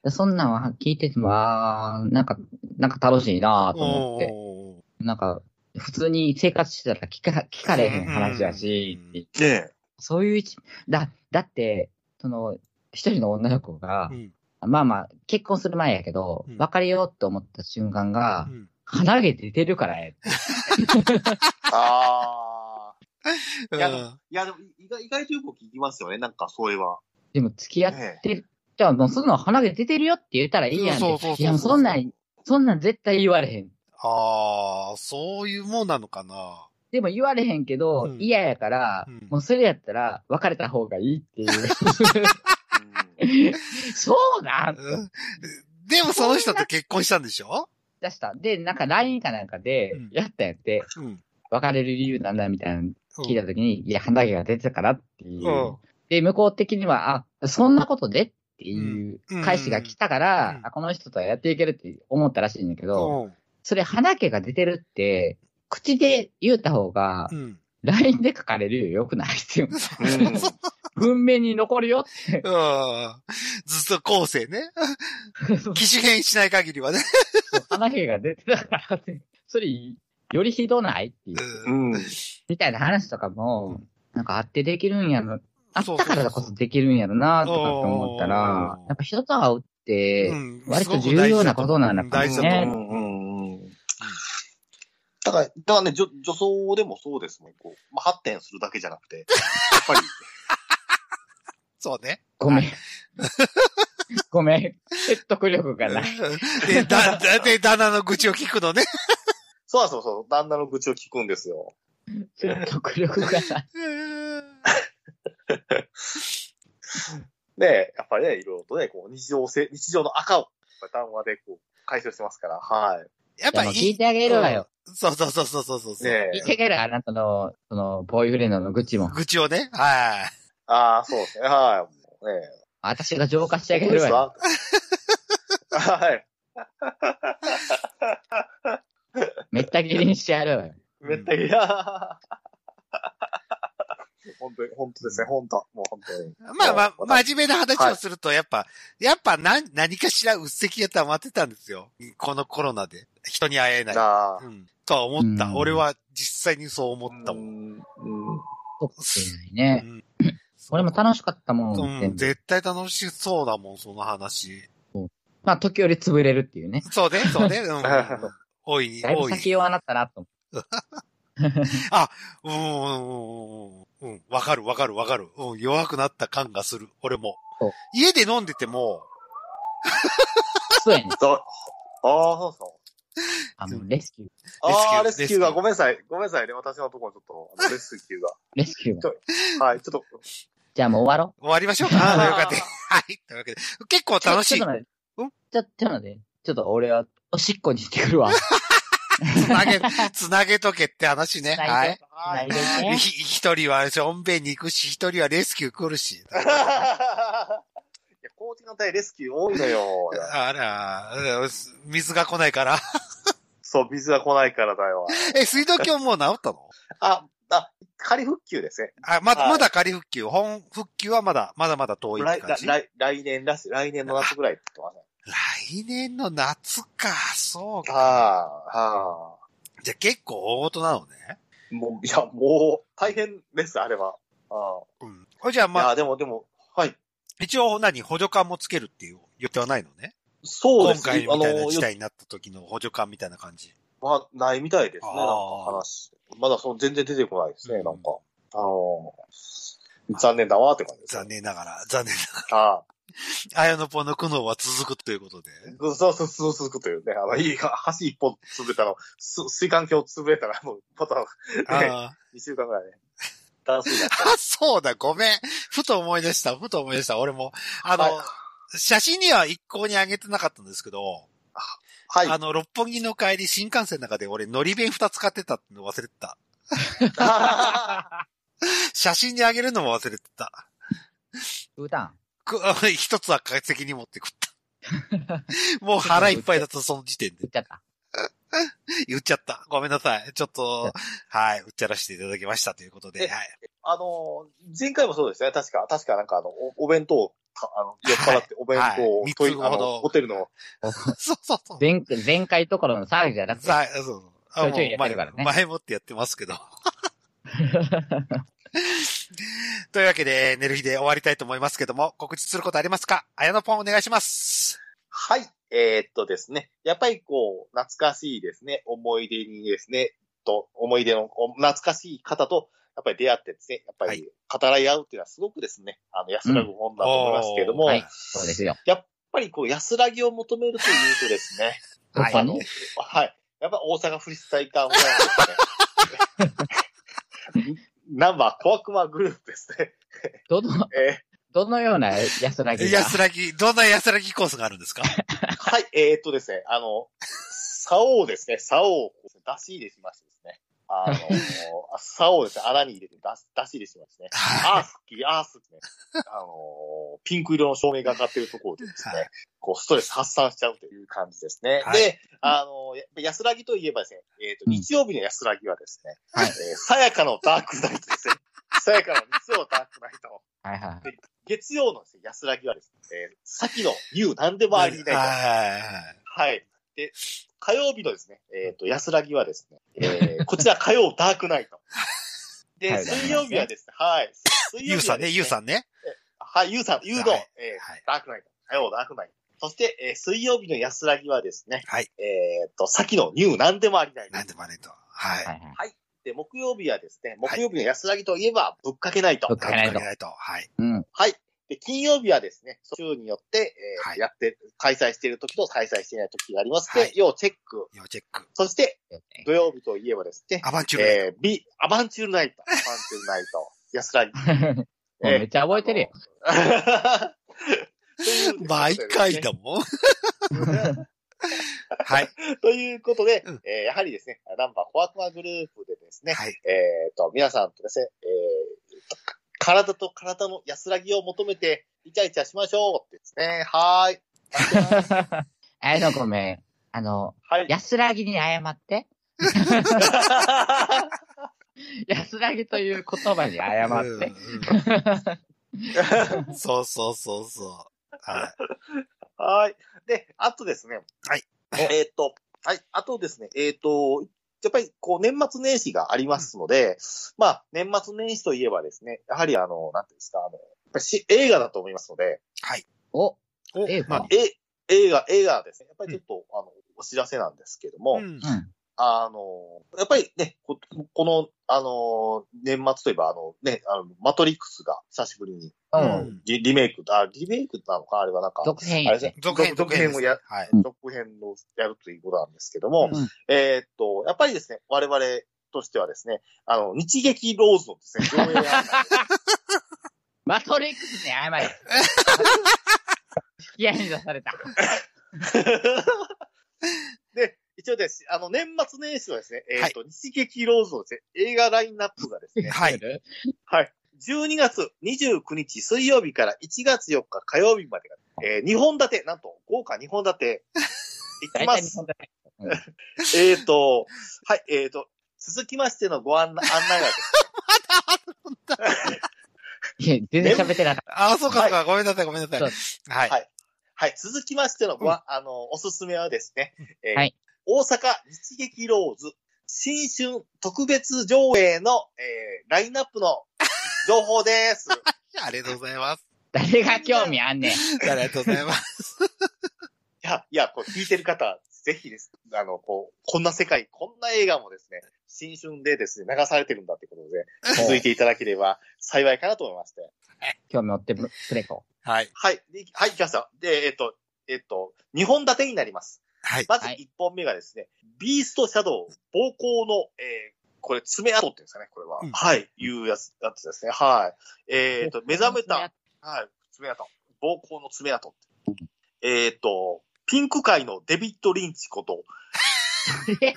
[SPEAKER 2] でそんなんは聞いてても、あーなんか、なんか楽しいなと思って。
[SPEAKER 1] おー
[SPEAKER 2] なんか、普通に生活してたら聞か、聞かれへん話だし、
[SPEAKER 1] うん
[SPEAKER 3] ね
[SPEAKER 2] そういう一、だ、だって、その、一人の女の子が
[SPEAKER 1] う、ん。
[SPEAKER 2] まあまあ、結婚する前やけど
[SPEAKER 1] うん、
[SPEAKER 2] 別れようと思った瞬間が、
[SPEAKER 1] うん
[SPEAKER 2] 鼻毛出てるからや。
[SPEAKER 3] ああ。
[SPEAKER 1] うん。
[SPEAKER 3] やいや、でも意外、意外とよく聞きますよね、なんか、それは。
[SPEAKER 2] でも付き合ってる。じゃあもうそんなの鼻毛出てるよって言ったらいいやんって。
[SPEAKER 1] そうそうそうそう
[SPEAKER 2] いやもうそんなん、そんなん絶対言われへん。
[SPEAKER 1] ああ、そういうもんなのかな。
[SPEAKER 2] でも言われへんけど、
[SPEAKER 1] うん
[SPEAKER 2] 嫌やから、
[SPEAKER 1] うん
[SPEAKER 2] もうそれやったら別れた方がいい
[SPEAKER 1] *laughs*
[SPEAKER 2] っていう。そうなんと
[SPEAKER 1] うんでもその人と結婚したんでしょ
[SPEAKER 2] 出した。で、なんか LINE かなんかで
[SPEAKER 1] うん、
[SPEAKER 2] やったんやって、
[SPEAKER 1] うん。
[SPEAKER 2] 別れる理由なんだみたいなの
[SPEAKER 1] うん
[SPEAKER 2] 聞いたときに、いや、鼻毛が出てたからっていう。
[SPEAKER 1] うん
[SPEAKER 2] で、向こう的には、あ、そんなことでっていう
[SPEAKER 1] うん
[SPEAKER 2] 返しが来たか
[SPEAKER 1] う
[SPEAKER 2] ら、
[SPEAKER 1] ん
[SPEAKER 2] あ、この人とはやっていけるって思ったらしいんだけど、
[SPEAKER 1] うん。
[SPEAKER 2] それ鼻毛が出てるって、口で言うた方が
[SPEAKER 1] う、ん。
[SPEAKER 2] LINE で書かれるより良くないっていう。
[SPEAKER 3] うん。
[SPEAKER 2] 文面に残るよって。
[SPEAKER 1] うん。ずっと後世
[SPEAKER 2] *laughs*
[SPEAKER 1] ね。機種変しない限りはね。
[SPEAKER 2] 鼻毛が出てたからって、それ、よりひどないっていう、
[SPEAKER 1] う
[SPEAKER 3] うんん。
[SPEAKER 2] みたいな話とかも、なんかあってできるんやろ、あっ
[SPEAKER 1] そうそうそう
[SPEAKER 2] たからこそできるんやろな、とかって思ったら
[SPEAKER 1] おー、
[SPEAKER 2] やっぱ人と会うって、
[SPEAKER 1] うん
[SPEAKER 2] 割と重要なことなんだかもね
[SPEAKER 1] すごく大事だと思う
[SPEAKER 3] うんうんだから、だからね、女女装でもそうですもん。こう、まあ、発展するだけじゃなくて、やっぱり、
[SPEAKER 1] そうね。
[SPEAKER 2] ごめん。 *laughs* ごめん。説得力がない。
[SPEAKER 1] うんで、だ、だ、で、旦那の愚痴を聞くのね。
[SPEAKER 3] そうそうそう、旦那の愚痴を聞くんですよ。
[SPEAKER 2] 説得力がない。
[SPEAKER 3] で、やっぱりね、いろいろとね、こう、日常せ、日常の赤を、やっぱり談話でこう、解消してますから、はい。
[SPEAKER 1] やっ
[SPEAKER 2] で
[SPEAKER 1] ぱ
[SPEAKER 2] も
[SPEAKER 1] り
[SPEAKER 2] 聞いてあげるわよ。
[SPEAKER 1] うん。そうそうそうそうそうそう。
[SPEAKER 3] ね
[SPEAKER 2] 聞いて
[SPEAKER 3] え
[SPEAKER 2] あげる、あなたの、その、ボーイフレンドの愚痴も。
[SPEAKER 1] 愚痴をね。は
[SPEAKER 3] ああ、そうですね、はい。もうね
[SPEAKER 2] 私が浄化してあげ
[SPEAKER 3] 本当で
[SPEAKER 2] る
[SPEAKER 3] す
[SPEAKER 2] わよ。
[SPEAKER 3] かはい。
[SPEAKER 2] めった切りにしてやるわよ。
[SPEAKER 3] めったいや本当に、本当ですね、本当。もう本当に。
[SPEAKER 1] い。まあま
[SPEAKER 3] そう
[SPEAKER 1] あ、真面目な話をすると、やっぱ、やっぱ何、何かしらうっせきやとは待ってたんですよ。このコロナで。人に会えない。
[SPEAKER 3] なあ
[SPEAKER 1] う。ん。とは思った。
[SPEAKER 2] うん
[SPEAKER 1] 俺は実際にそう思ったもん。
[SPEAKER 3] ん。
[SPEAKER 2] そうかもしれないね。
[SPEAKER 1] うん
[SPEAKER 2] 俺も楽しかったもん。
[SPEAKER 1] う
[SPEAKER 2] 全
[SPEAKER 1] ん、
[SPEAKER 2] 部
[SPEAKER 1] 絶対楽しそうだもん、その話。
[SPEAKER 2] まあ、時折潰れるっていうね。
[SPEAKER 1] そうね、そうね、
[SPEAKER 2] *laughs*
[SPEAKER 1] うん。大いに、
[SPEAKER 2] だいぶ
[SPEAKER 1] 大いに。
[SPEAKER 2] 先弱なったなと
[SPEAKER 1] *laughs*
[SPEAKER 2] 思って。
[SPEAKER 1] うんうん、うん、うん。わかる、わかる、わかる。うん、弱くなった感がする、俺も
[SPEAKER 2] そう。
[SPEAKER 1] 家で飲んでても、
[SPEAKER 2] そうやね。
[SPEAKER 3] そう。ああ、そうそう。
[SPEAKER 2] あの、レスキュー。
[SPEAKER 3] ああ、
[SPEAKER 1] レ
[SPEAKER 3] レ
[SPEAKER 1] スキュー
[SPEAKER 3] ス
[SPEAKER 1] レスキ
[SPEAKER 3] キュー
[SPEAKER 1] ュー
[SPEAKER 3] が、ごめんなさい。ごめんなさいね。私のところちょっと、あのレスキュー
[SPEAKER 2] レスキューが。
[SPEAKER 3] *laughs* が。はい、ちょっと。
[SPEAKER 2] じゃあもう終わろう。
[SPEAKER 1] 終わりましょ
[SPEAKER 2] *laughs*
[SPEAKER 1] うか。ああ、よかった。 *laughs* はい。というわけで、結構楽しい
[SPEAKER 2] ちょ。っと待って。
[SPEAKER 1] うん
[SPEAKER 2] ちょ、ちょっと待って。ちょっと俺は、おしっこにしてくるわ。
[SPEAKER 1] つなげ、つなげとけって話
[SPEAKER 2] *laughs*
[SPEAKER 1] ね。
[SPEAKER 2] つな
[SPEAKER 1] は
[SPEAKER 2] げ
[SPEAKER 1] い。
[SPEAKER 3] はい。
[SPEAKER 1] ひ一人はしょんべんに行くし、一人はレスキュー来るし。
[SPEAKER 3] いや、高時間帯レスキュー多いのよ。
[SPEAKER 1] あら、うん水が来ないから。 *laughs*
[SPEAKER 3] そう、水が来ないからだよ。
[SPEAKER 1] え、水道橋もう治ったの
[SPEAKER 3] あ、あ、仮復旧ですね。
[SPEAKER 1] あ、ま、
[SPEAKER 3] はい
[SPEAKER 1] まだ仮復旧。本復旧はまだ、まだまだ遠いって
[SPEAKER 3] 来
[SPEAKER 1] 感じ。来
[SPEAKER 3] 来来年らし、来年の夏ぐらいって言ってま
[SPEAKER 1] 年の夏か、そう
[SPEAKER 3] せん。
[SPEAKER 1] か。
[SPEAKER 3] はあ、はあ。
[SPEAKER 1] じゃあ結構大事なのね。
[SPEAKER 3] もう、いや、もう、大変です、あれは。あ
[SPEAKER 1] うん。ほいじゃあ
[SPEAKER 3] あ。
[SPEAKER 1] ま
[SPEAKER 3] い
[SPEAKER 1] あ、
[SPEAKER 3] や、でも、でも、はい。
[SPEAKER 1] 一応何、補助官もつけるっていう予定はないのね。
[SPEAKER 3] そう
[SPEAKER 1] 今
[SPEAKER 3] です
[SPEAKER 1] 回み
[SPEAKER 3] あ
[SPEAKER 1] たいな
[SPEAKER 3] の、
[SPEAKER 1] 事
[SPEAKER 3] よ
[SPEAKER 1] 態になった時の補助官みたいな感じ。
[SPEAKER 3] まあ、ないみたいですね、
[SPEAKER 1] あ
[SPEAKER 3] な
[SPEAKER 1] ー
[SPEAKER 3] んか話。まだその全然出てこないですね、
[SPEAKER 1] うん
[SPEAKER 3] なんか。あの、残念だわって感じです。
[SPEAKER 1] 残念ながら、残念なが
[SPEAKER 3] ああ。
[SPEAKER 1] ら、綾野ぽの苦悩は続くという
[SPEAKER 3] *laughs*
[SPEAKER 1] ことで。
[SPEAKER 3] そうそうそうそうそうというね、あの、いい、橋一本潰れたら、す水管橋潰れたら、もう、また、ね、
[SPEAKER 1] あ
[SPEAKER 3] 2週間ぐらいね、断水になっ
[SPEAKER 1] あ、 *laughs* そうだ、ごめん。ふと思い出した、ふと思い出した。俺も、あの、
[SPEAKER 3] はい
[SPEAKER 1] 写真には一向に上げてなかったんですけど、
[SPEAKER 3] た。はい。
[SPEAKER 1] あの、六本木の帰り、新幹線の中で俺、のり弁二つ買ってたの忘れてた。写真にあげるのも忘れてた。
[SPEAKER 2] 食うたん。
[SPEAKER 1] く *laughs* 一つは責任持って食った。 *laughs* もう腹いっぱいだった、その時点で
[SPEAKER 2] 食。っちゃった。
[SPEAKER 1] 言っちゃった。ごめんなさい。ちょっと、はい、うっちゃらしていただきましたということで、
[SPEAKER 3] え
[SPEAKER 1] はい。 *laughs*
[SPEAKER 3] あの、前回もそうですね。確か、確かなんかあの、おお弁当をた、あの、酔っ払ってお弁当を、
[SPEAKER 1] はい
[SPEAKER 3] トイ
[SPEAKER 1] 三つ
[SPEAKER 3] あ
[SPEAKER 1] ほど
[SPEAKER 3] の、ホテルの、
[SPEAKER 1] そうそうそう。
[SPEAKER 2] 前、前回ところの騒ぎじゃなくて、
[SPEAKER 1] さそうそう。あ
[SPEAKER 2] ちょいちょいやってるからね
[SPEAKER 1] もう前前もってやってますけど。 *laughs* というわけで、寝る日で終わりたいと思いますけども、告知することありますかあやのぽんお願いします。
[SPEAKER 3] はい、えーっとですね。やっぱりこう、懐かしいですね。思い出にですね、と、思い出の、お懐かしい方と、やっぱり出会ってですね、やっぱ
[SPEAKER 1] は
[SPEAKER 3] り語らい合うっていうのはすごくですね、あの、安らぐもんだと思いますけれども、
[SPEAKER 1] うんおー
[SPEAKER 2] は
[SPEAKER 3] や
[SPEAKER 2] い、そうですよ。
[SPEAKER 3] っぱりこう、安らぎを求めるというとですね、
[SPEAKER 1] はい
[SPEAKER 2] どこ
[SPEAKER 3] あの
[SPEAKER 2] に、
[SPEAKER 3] はい。やっぱ大阪フリスタイカーもですね。ナンバー小悪魔グループですね。
[SPEAKER 2] どの、
[SPEAKER 3] え
[SPEAKER 2] どのような安らぎが
[SPEAKER 1] 安らぎ、どんな安らぎコースがあるんですか
[SPEAKER 3] ーはい、えーっとですね、あの、竿をですね、竿を出し入れしましてですね。あの、竿をですね、穴に入れて出し出し入れしましてね。
[SPEAKER 1] は
[SPEAKER 3] *laughs* あーすっきり、あーすっきりね。あの、ピンク色の照明がかかってるところでです
[SPEAKER 1] は
[SPEAKER 3] ね、こう、ストレス発散しちゃうという感じですね。
[SPEAKER 1] はい
[SPEAKER 3] で、あの、やっぱ安らぎといえばですね、えーっと、
[SPEAKER 2] うん
[SPEAKER 3] 日曜日の安らぎはですね、
[SPEAKER 2] はい
[SPEAKER 3] えーさやかのダークナイトですね。さやかの日曜ダークナイト。
[SPEAKER 2] はいはい。
[SPEAKER 3] 月曜のですね安らぎはですね、えー先のニュー何でもあり
[SPEAKER 1] はい
[SPEAKER 3] ない。
[SPEAKER 1] はいはい。
[SPEAKER 3] はい。で、火曜日のですね、えっ、と、安らぎはですね、えーこちら火曜ダークナイト。
[SPEAKER 2] は
[SPEAKER 3] で、
[SPEAKER 2] い
[SPEAKER 3] 水曜日はですね、はい。水
[SPEAKER 1] ゆ
[SPEAKER 3] 曜
[SPEAKER 1] う
[SPEAKER 3] 日は
[SPEAKER 1] さ
[SPEAKER 3] です
[SPEAKER 1] んね、ゆうさんね。
[SPEAKER 3] はい、ゆうさん、ゆうの、
[SPEAKER 1] はい
[SPEAKER 3] えー
[SPEAKER 1] はい
[SPEAKER 3] ダークナイト。火曜ダークナイト。そして、えー水曜日の安らぎはですね、
[SPEAKER 1] はい。
[SPEAKER 3] えっ、と、先のニュー何でもありない。
[SPEAKER 1] なんでもねと。はい。
[SPEAKER 2] はいはい。
[SPEAKER 3] で、木曜日はですね、木曜日の安らぎといえば、ぶっかけないと。
[SPEAKER 2] ぶっかけナイト
[SPEAKER 1] ダークナイト。はい。
[SPEAKER 2] うん。
[SPEAKER 3] はい。で、金曜日はですね、週によって、えー
[SPEAKER 1] はい
[SPEAKER 3] やって、開催している時と開催していない時があります
[SPEAKER 1] は
[SPEAKER 3] で
[SPEAKER 1] い、
[SPEAKER 3] 要チェック。
[SPEAKER 1] 要チェック。
[SPEAKER 3] そして、土曜日といえばですね、
[SPEAKER 1] アバンチュールナイト。
[SPEAKER 3] えー、ビ、アバンチュールナイト、アバンチュールナイト、安らぎ。
[SPEAKER 2] もうめっちゃ覚えてるよ。
[SPEAKER 3] *laughs* あの。
[SPEAKER 1] 毎回だもん。はい。
[SPEAKER 3] *laughs* ということで
[SPEAKER 1] うん、
[SPEAKER 3] えーやはりですね、ナンバーコアコアグループでですね、
[SPEAKER 1] はい。
[SPEAKER 3] えっ、と、皆さんとですね、えーと体と体の安らぎを求めて、イチャイチャしましょうってですね。はー
[SPEAKER 1] *laughs*
[SPEAKER 3] い。
[SPEAKER 2] あの、ごめん。あの、
[SPEAKER 3] はい。
[SPEAKER 2] 安らぎに謝
[SPEAKER 1] *laughs*
[SPEAKER 2] って。安らぎという言葉に謝って。
[SPEAKER 1] うん。そうそうそうそう。は
[SPEAKER 3] はい。で、あとですね。
[SPEAKER 1] はい。
[SPEAKER 3] えっ、と、はい。あとですね、えっ、と、やっぱりこう年末年始がありますので、まあ年末年始といえばですね、やはりあの、なんていうんですか、あの、やっぱりし映画だと思いますので、
[SPEAKER 2] お、
[SPEAKER 1] い。
[SPEAKER 2] ええか
[SPEAKER 1] まあ
[SPEAKER 3] え、映画、映画はですね、やっぱりちょっと、あの、お知らせなんですけども、
[SPEAKER 1] うん
[SPEAKER 2] うん。
[SPEAKER 3] あの、やっぱりね、ここの、あの、年末といえば、あのね、あの、マトリックスが久しぶりに
[SPEAKER 2] う
[SPEAKER 1] うん
[SPEAKER 2] ん。
[SPEAKER 3] リリメイク、あ、リメイクなのかあれはなんか、
[SPEAKER 2] 続編
[SPEAKER 3] あ
[SPEAKER 2] や
[SPEAKER 3] れです
[SPEAKER 2] ね
[SPEAKER 3] ね。
[SPEAKER 1] 続編、
[SPEAKER 3] 続編をや、
[SPEAKER 1] はい。
[SPEAKER 3] 続編をやるということなんですけども、
[SPEAKER 2] うん
[SPEAKER 3] えーっと、やっぱりですね、我々としてはですね、あの、日劇ローズのですね、上映案内
[SPEAKER 2] マトリックスに謝れ。引き合いに出された。
[SPEAKER 3] *laughs* で、一応です、あの、年末年始のですね、えー
[SPEAKER 1] は
[SPEAKER 3] っ
[SPEAKER 1] い
[SPEAKER 3] と、日劇ローズのですね、映画ラインナップがですね、
[SPEAKER 1] はい。
[SPEAKER 3] 12月29日水曜日から1月4日火曜日までが、えー、2本立て、なんと、豪華2本
[SPEAKER 2] *laughs*
[SPEAKER 3] 立て、いき
[SPEAKER 2] 大
[SPEAKER 3] ま
[SPEAKER 2] 体日
[SPEAKER 3] す
[SPEAKER 2] 本。だね
[SPEAKER 3] えっと、はい、えっ、と、続きましてのご案内案内はです
[SPEAKER 2] いや全然喋ってなかっ
[SPEAKER 1] あ、そうかそうか。ごめんなさい、ごめんなさい。
[SPEAKER 2] そう
[SPEAKER 1] はい。
[SPEAKER 3] はいはい、続きましてのごあ、あの、おすすめはですね、えー
[SPEAKER 2] はい
[SPEAKER 3] 大阪日劇ローズ新春特別上映の、えー、ラインナップの情報
[SPEAKER 2] *laughs*
[SPEAKER 3] です。
[SPEAKER 1] ありがとうございます。
[SPEAKER 2] た。誰が興味あんねん。
[SPEAKER 1] ありがとうございます。
[SPEAKER 3] いや、いや、こう聞いてる方、ぜひです。あの、こう、こんな世界、こんな映画もですね、新春でですね、流されてるんだってことで、続いていただければ幸いかなと思いまして。
[SPEAKER 2] 興味持ってくれこ
[SPEAKER 1] はい。
[SPEAKER 3] はい、ではい、来ました。で、えっと、えっと、2本立てになります。
[SPEAKER 1] はい。
[SPEAKER 3] まず
[SPEAKER 2] はい
[SPEAKER 3] 1本目がですね、ビーストシャドウ、暴行の、えーこれ、爪痕っていうんですかね、これは。
[SPEAKER 1] うん
[SPEAKER 3] はい、いうやつ、やつですね。はい。えっと、目覚めた、
[SPEAKER 2] *laughs* 爪
[SPEAKER 3] はい、爪痕。暴行の爪痕。えっと、ピンク界のデビッド・リンチこと、
[SPEAKER 2] う。いや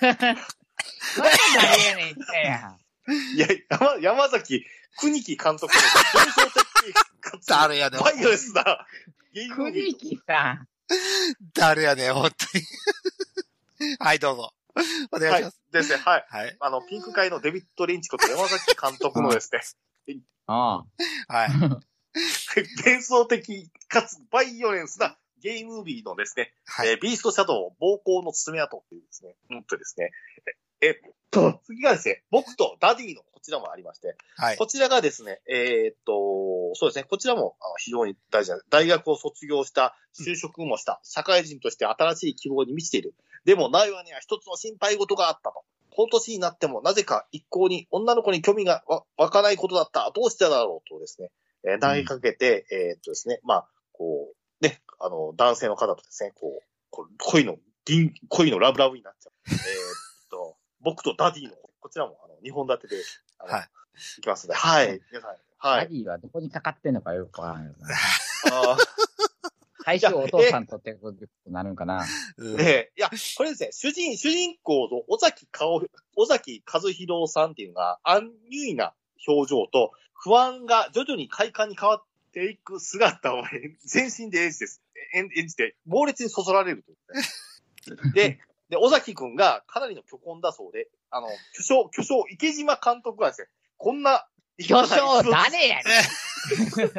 [SPEAKER 2] まだ誰やねん、言
[SPEAKER 3] *laughs*
[SPEAKER 2] ったやん。
[SPEAKER 3] いや、山山崎国木監督の幻想
[SPEAKER 1] *laughs*
[SPEAKER 3] 的か
[SPEAKER 1] 誰やね
[SPEAKER 3] つ
[SPEAKER 1] ん。
[SPEAKER 3] バイオレスなゲーム
[SPEAKER 2] クリキさん。
[SPEAKER 1] 誰やねん、本当に。はい、どうぞ。お願いします。
[SPEAKER 3] ですね、はい。
[SPEAKER 1] はい。
[SPEAKER 3] あの、ピンク界のデビッド・リンチこと山崎監督のですね、
[SPEAKER 2] あ
[SPEAKER 1] はい。
[SPEAKER 3] *laughs* 幻想的かつバイオレンスなゲームービーのですね、
[SPEAKER 1] はい
[SPEAKER 3] えービーストシャドウ暴行の爪痕っていうですね、うんとですね、ええっと、次がですね、僕とダディのこちらもありまして、
[SPEAKER 1] はい。
[SPEAKER 3] こちらがですね、えーっと、そうですね、こちらもあの非常に大事な、大学を卒業した、就職もした、社会人として新しい希望に満ちている。でも、内話には一つの心配事があったと。この年になっても、なぜか一向に女の子に興味がわ湧かないことだった。どうしてだろうとですね、えー投げかけて、えーっとですね、まあ、こう、ね、あの、男性の方とですね、こう、こう恋の、銀恋のラブラブになっちゃう。えーっと、僕とダディの、こちらも、あの、二本立てで、あの
[SPEAKER 1] はい
[SPEAKER 3] いきますね。はい。皆さん。は
[SPEAKER 2] ダ
[SPEAKER 3] い。
[SPEAKER 2] ディはどこにかかってんのかよくわからんよな。
[SPEAKER 3] あ
[SPEAKER 2] 最初お父さんとってことになるんか
[SPEAKER 3] *laughs*
[SPEAKER 2] な。
[SPEAKER 1] う
[SPEAKER 3] ー
[SPEAKER 1] ん
[SPEAKER 3] で、いや、これですね、主人、主人公の尾崎かお、尾崎和弘さんっていうのが、安ュイな表情と、不安が徐々に快感に変わっていく姿をえ全身で演じです。演演じて、猛烈にそそられるというね。 *laughs* で、で、尾崎くんがかなりの巨根だそうで、あの、巨匠、巨匠、池島監督がですね、こんな
[SPEAKER 2] 巨匠
[SPEAKER 3] 一物
[SPEAKER 2] 誰やねん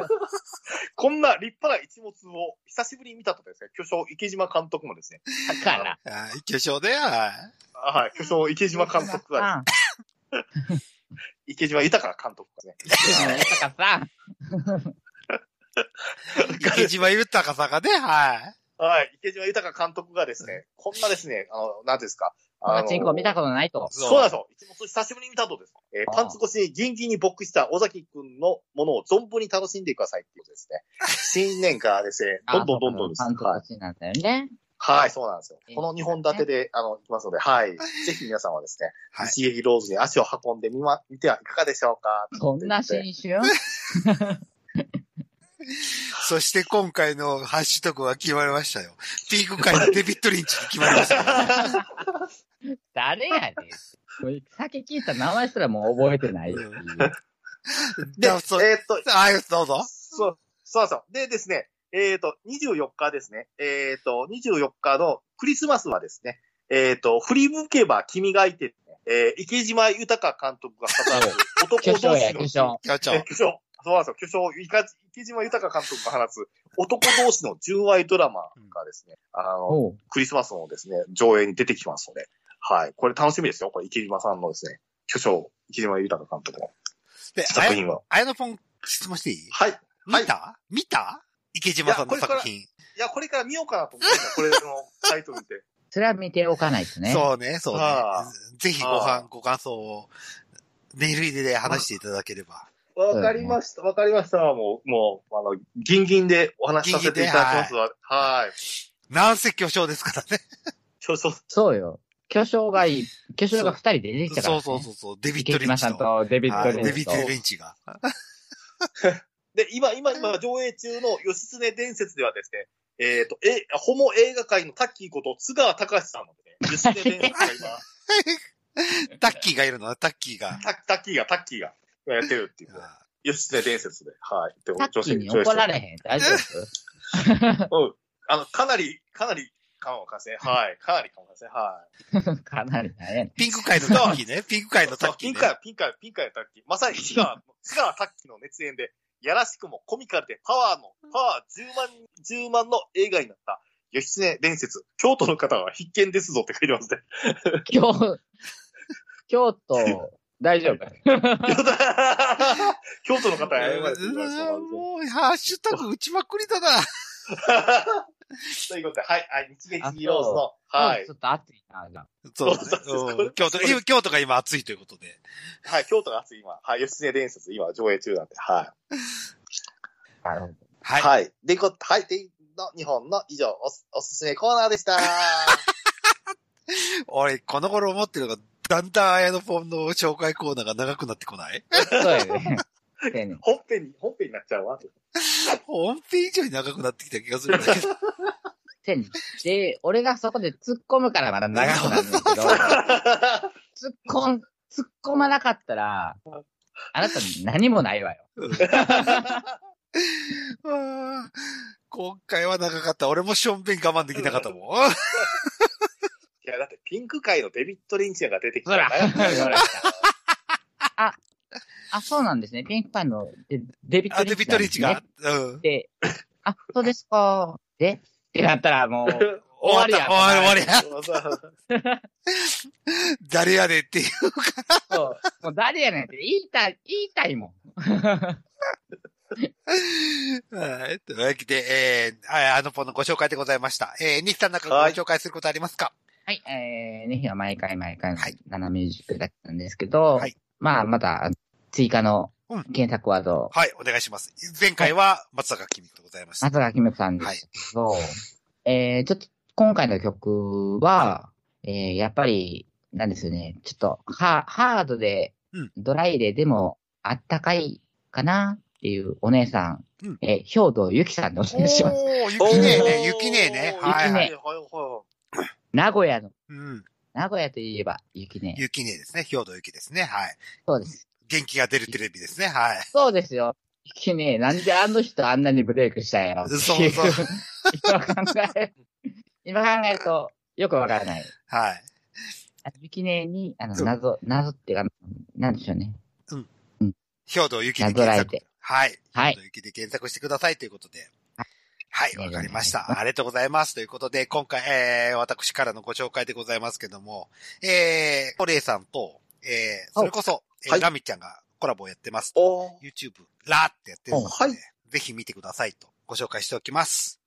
[SPEAKER 3] こんな立派な一物を久しぶりに見たとですね、巨匠池島監督もですね、
[SPEAKER 2] だ
[SPEAKER 3] *laughs*
[SPEAKER 2] から。
[SPEAKER 1] はい、巨匠で、は
[SPEAKER 3] あはい、巨匠池島監督が、
[SPEAKER 2] あ
[SPEAKER 3] 池島豊監督がね、
[SPEAKER 2] だからさ、
[SPEAKER 1] *laughs* い。池島豊さんがね、はい。
[SPEAKER 3] はい、池島豊監督がですね、こんなですね、あの、なんていうんですか、あ
[SPEAKER 2] パ
[SPEAKER 3] の、
[SPEAKER 2] チンコ見たことないと。
[SPEAKER 3] そうなんですよ。一物久しぶりに見たとですね、えー
[SPEAKER 2] あー
[SPEAKER 3] パンツ越しにギンギンに勃起した尾崎くんのものを存分に楽しんでくださいっていうことですね。新年からですね、どんどんどんどんです
[SPEAKER 2] あ
[SPEAKER 3] ね
[SPEAKER 2] そう。かパンツ越しなんだよね。
[SPEAKER 3] はい、そうなんですよ
[SPEAKER 2] い。い
[SPEAKER 3] この2本立てで、あの、いきますの
[SPEAKER 2] *laughs*
[SPEAKER 3] で、はい。ぜひ皆さんはですね、
[SPEAKER 1] はい
[SPEAKER 3] 一撃ローズに足を運んでみま、見てはいかがでしょう
[SPEAKER 2] *laughs*
[SPEAKER 3] か。
[SPEAKER 2] そんな新種
[SPEAKER 1] そして今回のハッシュタグは決まりましたよ。ピーク界のデビッド・リンチに決まりましたよ。
[SPEAKER 2] 誰やねん。これさっき聞いた名前すらもう覚えてないっていう。
[SPEAKER 3] *laughs* で、え
[SPEAKER 1] だ
[SPEAKER 3] ーっ
[SPEAKER 1] そう
[SPEAKER 3] と、
[SPEAKER 1] はい、どうぞ。
[SPEAKER 3] そう、そうなんですよ。でですね、えーっと、24日ですね、えーっと、24日のクリスマスはですね、えーっと、振り向けば君がいてね、えー池島豊監督が語る
[SPEAKER 2] *laughs*
[SPEAKER 3] 男
[SPEAKER 2] 巨匠
[SPEAKER 3] 同士
[SPEAKER 2] や、
[SPEAKER 3] の
[SPEAKER 2] 巨匠。
[SPEAKER 1] 巨
[SPEAKER 3] え
[SPEAKER 1] 匠。
[SPEAKER 3] 巨匠。そうなんですよ。巨匠、いか池島豊監督が放つ男同士の純愛ドラマがですね、あの、
[SPEAKER 2] おう
[SPEAKER 3] クリスマスのですね、上映に出てきますので、はい。これ楽しみですよ。これ池島さんのですね、巨匠、池島豊監督の
[SPEAKER 1] で、あ
[SPEAKER 3] 作
[SPEAKER 1] や、
[SPEAKER 3] 品は。
[SPEAKER 1] あやのぽん質問していい
[SPEAKER 3] はい。い
[SPEAKER 1] 見た見た池島さんの
[SPEAKER 3] いやこれ
[SPEAKER 1] 作品。
[SPEAKER 3] や、これから見ようかなと思ってた、これのタイトル見て。
[SPEAKER 2] それは見ておかないとね。
[SPEAKER 1] そうね、そうね
[SPEAKER 3] ああ。
[SPEAKER 1] ぜひご
[SPEAKER 3] ああ
[SPEAKER 1] 飯、ご感想を、メール入れで話していただければ。
[SPEAKER 3] わかりました。わかりました。もう、もう、あの、ギンギンでお話しさせていただきますわ。はい。
[SPEAKER 1] なんせ巨匠ですからね。
[SPEAKER 3] 巨匠、
[SPEAKER 2] そうよ。巨匠がいい。巨匠が二人出てきたから、
[SPEAKER 1] そ
[SPEAKER 2] ね。
[SPEAKER 1] うそうそうそう、デビッ
[SPEAKER 2] 池
[SPEAKER 1] ド・リン
[SPEAKER 2] 島
[SPEAKER 1] チ
[SPEAKER 2] さん
[SPEAKER 1] と。
[SPEAKER 2] とデビッ
[SPEAKER 1] あ
[SPEAKER 2] ド・
[SPEAKER 1] あ
[SPEAKER 2] レ
[SPEAKER 1] デ
[SPEAKER 2] ン
[SPEAKER 1] ビ
[SPEAKER 2] チ
[SPEAKER 1] ッ
[SPEAKER 2] と。
[SPEAKER 1] ド・リンチが。
[SPEAKER 3] で、今、今、今、上映中の義経伝説ではですね、えっ、と、え、ホモ映画界のタッキーこと津川隆さんのね、義経伝説が今、
[SPEAKER 1] タッキーがいるのなタッキー
[SPEAKER 2] *laughs*
[SPEAKER 1] が。
[SPEAKER 3] タッタッキーが、タッキーがやってるっていう。義経伝説で、はい。で
[SPEAKER 2] さっきに怒られへん。大丈夫
[SPEAKER 3] うん。あの、かなり、かなり、感を
[SPEAKER 2] *laughs*
[SPEAKER 3] 稼い。はい。かなり感を稼い。は
[SPEAKER 2] かなりなんやねん。
[SPEAKER 1] ピンク界のタッキーね。ピンク界
[SPEAKER 3] い。
[SPEAKER 1] のタッキー
[SPEAKER 3] ピン
[SPEAKER 1] ね
[SPEAKER 3] クや、ピンクや、ピンクやタッキー。まさに、
[SPEAKER 2] *laughs*
[SPEAKER 3] 津川、津川タッキーの熱演で、やらしくもコミカルでパワーの、パワー10万、10万の映画になった、義経伝説。京都の方は必見ですぞって書いて
[SPEAKER 2] *laughs*
[SPEAKER 3] ますね。
[SPEAKER 2] 京、京都、大丈夫。
[SPEAKER 3] 京都京都の方はやばいです。
[SPEAKER 1] もう、ハッシュタグ打ちまくりだな。
[SPEAKER 3] ということで、はい。はい日劇ローズの、は
[SPEAKER 2] うん
[SPEAKER 3] い
[SPEAKER 2] ちょ。っと暑いな、じゃあ。
[SPEAKER 1] そうね
[SPEAKER 3] そうそうそう
[SPEAKER 1] うん京都、今京都が今暑いということで。
[SPEAKER 3] はい、京都が暑い今。はい、吉根伝説、今、上映中なんで。はい。
[SPEAKER 2] なるほど。
[SPEAKER 1] はい。
[SPEAKER 3] はい。で、こ、はい。で、の、日本の以上、おす、おすすめコーナーでした。
[SPEAKER 1] 俺、この頃思ってるのが、だんだん綾野ポンの紹介コーナーが長くなってこない
[SPEAKER 2] そう
[SPEAKER 1] *laughs*
[SPEAKER 2] やね。そうやね。
[SPEAKER 3] *laughs* 本編に、本編になっちゃうわ。
[SPEAKER 1] 本編以上に長くなってきた気がするんだけど。
[SPEAKER 2] そうやねで、俺がそこで突っ込むからまだ長くなるんだけど、突っ込ん、突っ込まなかったら、あなたに何もないわよ。
[SPEAKER 1] あー今回は長かった。俺もしょんべん我慢できなかったもん。
[SPEAKER 3] いや、だって、ピンク界のデビッド・リンチが出てき
[SPEAKER 2] ほ
[SPEAKER 3] た
[SPEAKER 2] ら、
[SPEAKER 3] から。
[SPEAKER 1] *laughs*
[SPEAKER 2] ほら。あ、あ、そうなんですね。ピンクパンのデデビッ
[SPEAKER 1] あ、
[SPEAKER 2] ト
[SPEAKER 1] デ
[SPEAKER 2] リ
[SPEAKER 1] ビッ
[SPEAKER 2] ッ
[SPEAKER 1] ド・
[SPEAKER 2] ト
[SPEAKER 1] リ
[SPEAKER 2] リ
[SPEAKER 1] ンチ
[SPEAKER 2] ンチなん
[SPEAKER 1] が
[SPEAKER 2] で。
[SPEAKER 1] うん。
[SPEAKER 2] *laughs* すね。で、あ、そうですか。でってなったらもう、終わりや
[SPEAKER 1] 終わった終わり終わ
[SPEAKER 3] そうそう
[SPEAKER 1] りや。誰やねんっていう。
[SPEAKER 2] そうもう誰やねんって言いたい、言いたいもん。
[SPEAKER 1] はい。というわけで、えー、ああのポンのご紹介でございました。えー、西さんなんかご紹介することありますか
[SPEAKER 2] はい、えー、ねひは毎回毎回の
[SPEAKER 1] はい
[SPEAKER 2] ナナミュージックだったんですけど、
[SPEAKER 1] はい
[SPEAKER 2] まあ、また追加の
[SPEAKER 1] うん
[SPEAKER 2] 検索ワード、
[SPEAKER 1] はい、お願いします。前回は松坂君でございました。
[SPEAKER 2] 松崎美さんですけど、えー、ちょっと今回の曲は、えー、やっぱり、なんですよね、ちょっとハハードで
[SPEAKER 1] うん、
[SPEAKER 2] ドライで、でもあったかいかなっていうお姉さん、
[SPEAKER 1] うん
[SPEAKER 2] えー、兵藤ゆきさんでお
[SPEAKER 1] お
[SPEAKER 2] 願いします。
[SPEAKER 1] ー、雪ねえね、雪ねえね。はいはい。
[SPEAKER 3] 雪ねえはいは
[SPEAKER 2] 名古屋の、
[SPEAKER 1] うん。
[SPEAKER 2] 名古屋といえば雪ね。
[SPEAKER 1] 雪ねえですね。兵藤雪ですね。はい。
[SPEAKER 2] そうです。
[SPEAKER 1] 元気が出るテレビですね。はい。
[SPEAKER 2] そうですよ。雪ね、なんであの人あんなにブレイクしたんやろってい
[SPEAKER 1] そうそう
[SPEAKER 2] *laughs* 今考え、今考えるとよくわからない。
[SPEAKER 1] はい。
[SPEAKER 2] あの、雪ねに、あの、
[SPEAKER 1] そう
[SPEAKER 2] 謎、謎っていうか、なんでしょうね。
[SPEAKER 1] うん。
[SPEAKER 2] うん。
[SPEAKER 1] 兵道ゆきで
[SPEAKER 2] なぞ
[SPEAKER 1] 検
[SPEAKER 2] らえ
[SPEAKER 1] 索
[SPEAKER 2] て。
[SPEAKER 1] はい。
[SPEAKER 2] はい
[SPEAKER 1] 兵道ゆきで検索してくださいということで。はい、
[SPEAKER 2] はい
[SPEAKER 1] わかりまし
[SPEAKER 2] お願いしま
[SPEAKER 1] た。
[SPEAKER 2] す
[SPEAKER 1] ありがとうございます。ということで、今回、えー、私からのご紹介でございますけども、えー、コレイさんと、えー、それこそ、えー
[SPEAKER 3] はい
[SPEAKER 1] ラミちゃんがコラボをやってます。
[SPEAKER 3] おー
[SPEAKER 1] YouTube、ラーってやってるので、
[SPEAKER 3] はい
[SPEAKER 1] ぜひ見てくださいとご紹介しておきます。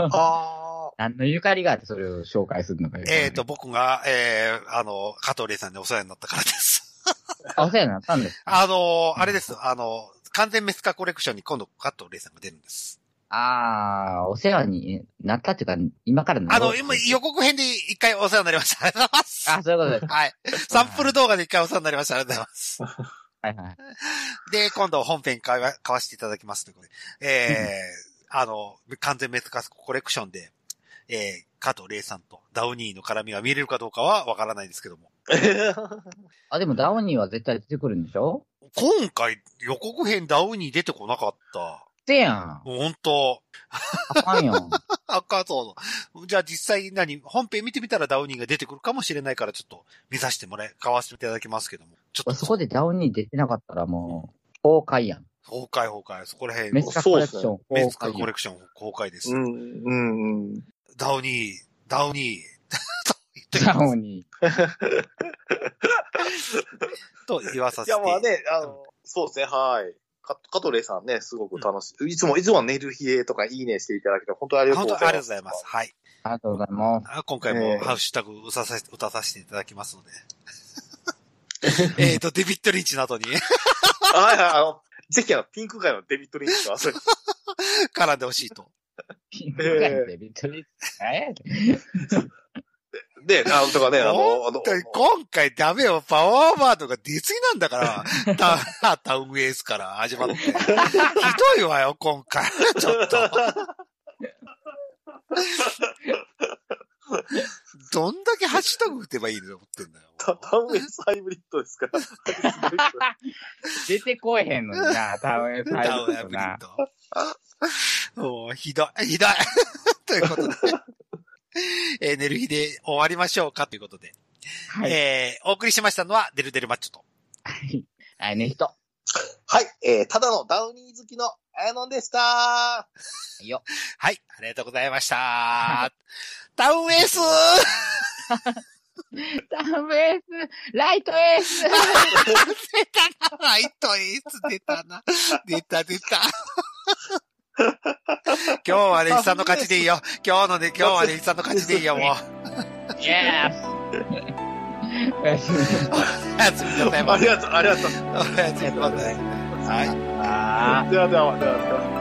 [SPEAKER 3] あ
[SPEAKER 2] 何のゆかりがあってそれを紹介するのかよくわかんない
[SPEAKER 1] えっ、と、、僕が、えー、あの、加藤礼さんにお世話になったからです。 *laughs*
[SPEAKER 2] あ、そうやなったんですか
[SPEAKER 1] あの、あれです。あの、完全メスカコレクションに今度加藤礼さんが出るんです。
[SPEAKER 2] ああ、お世話になったっていうか、今からの。
[SPEAKER 1] あの、今予告編で一回お世話になりました。ありがとうございます。
[SPEAKER 2] あ、そういうことです。
[SPEAKER 1] はい。サンプル動画で一回お世話になりました。ありがとうございます。
[SPEAKER 2] はいはい。
[SPEAKER 1] で、今度本編買わ買わせていただきますということで。えー、あの、完全メスカスコレクションで、えー、加藤礼さんとダウニーの絡みは見れるかどうかはわからないですけども。
[SPEAKER 3] ー。
[SPEAKER 2] あ、でもダウニーは絶対出てくるんでしょ
[SPEAKER 1] 今回予告編ダウニー出てこなかった。
[SPEAKER 2] せやん。
[SPEAKER 1] 本当
[SPEAKER 2] あかんよ。
[SPEAKER 1] *laughs* 赤そう。じゃあ実際何本編見てみたらダウニーが出てくるかもしれないからちょっと見させてもらえ、買わせていただきますけども。ちょっと
[SPEAKER 2] 俺そこでダウニー出てなかったらもう、崩壊やん。
[SPEAKER 1] 崩壊崩壊。そこら辺。
[SPEAKER 2] メ
[SPEAKER 1] メ
[SPEAKER 2] スカコレクション崩
[SPEAKER 1] スカ
[SPEAKER 2] 壊
[SPEAKER 1] コ
[SPEAKER 2] や
[SPEAKER 1] レ
[SPEAKER 2] ん。
[SPEAKER 1] クション崩壊です。
[SPEAKER 3] うん、うん、うん。
[SPEAKER 1] ダウニー、ダウニー。と言
[SPEAKER 2] ダ
[SPEAKER 1] っ
[SPEAKER 2] ウニ
[SPEAKER 1] てと言わさ
[SPEAKER 3] い
[SPEAKER 1] せ
[SPEAKER 3] や、
[SPEAKER 1] て。
[SPEAKER 3] まあね、あの、そうですね、はい。か加藤礼さんね、すごく楽しい。いつも、いつもは寝る日へとかいいねしていただけて、本当にありがとう
[SPEAKER 1] 本
[SPEAKER 3] ご
[SPEAKER 1] 当
[SPEAKER 3] ざ
[SPEAKER 1] に
[SPEAKER 3] い
[SPEAKER 1] あ
[SPEAKER 3] ます。
[SPEAKER 1] りがとうございます。。はい。
[SPEAKER 2] ー。ありがとうございます。
[SPEAKER 1] あ今回
[SPEAKER 3] え
[SPEAKER 1] も
[SPEAKER 3] ー
[SPEAKER 1] ハッシュタグ打たさせて、打たさせていただきますの
[SPEAKER 3] *laughs*
[SPEAKER 1] で。えっと、デビッド・リンチの後に *laughs*
[SPEAKER 3] はいはい、あの、ぜひあの、ピンク界のデビッド・リンチと遊び
[SPEAKER 1] 絡んでほしいと。
[SPEAKER 2] ピンクやんデビッドリンチえ
[SPEAKER 3] で、あの、とかね、あの、あ
[SPEAKER 1] 本
[SPEAKER 3] の、
[SPEAKER 1] 当に今回ダメよ。パワーワードが出過ぎなんだ
[SPEAKER 3] *laughs*
[SPEAKER 1] から、タ、タウンエースから始まって。ひどいわよ、今
[SPEAKER 3] *laughs*
[SPEAKER 1] 回。ちょっと。どんだけハッシュタグ打てばいいの思ってんだよ。
[SPEAKER 3] タタウンエスハイブリッドですから。
[SPEAKER 2] 出てこえへんのにな、ダウニー
[SPEAKER 1] タウン
[SPEAKER 2] 最
[SPEAKER 1] ハイ
[SPEAKER 2] 後
[SPEAKER 1] ブリッ
[SPEAKER 2] な。
[SPEAKER 1] ド。もう、ひどい、ひどい。 *laughs* ということで。えー、寝る日で終わりましょうかということで。
[SPEAKER 2] はい。
[SPEAKER 1] えーお送りしましたのは、デルデルマッチョと。
[SPEAKER 2] はい、ね、人。
[SPEAKER 3] *laughs* はい、えー、ただのダウニー好きのアヤノンでした。
[SPEAKER 2] よ。
[SPEAKER 1] はい、ありがとうございま
[SPEAKER 2] *laughs*
[SPEAKER 1] した。タウンエース
[SPEAKER 2] ダウエース、ライトエース
[SPEAKER 1] 出たな、ライトエース出たな。出た出
[SPEAKER 2] *laughs*
[SPEAKER 1] た。今日はレイさんの勝ちでいいよ。今日のね、今日はレイさんの勝ちでいいよ、
[SPEAKER 2] *laughs*
[SPEAKER 1] もう。
[SPEAKER 2] イ *laughs* エースおやすみなさい。
[SPEAKER 1] おやすみなさいま
[SPEAKER 3] あり
[SPEAKER 1] せ。
[SPEAKER 3] がとう、ありがとう。
[SPEAKER 1] おやすみなさい。はい。
[SPEAKER 3] ではでは、ではでは。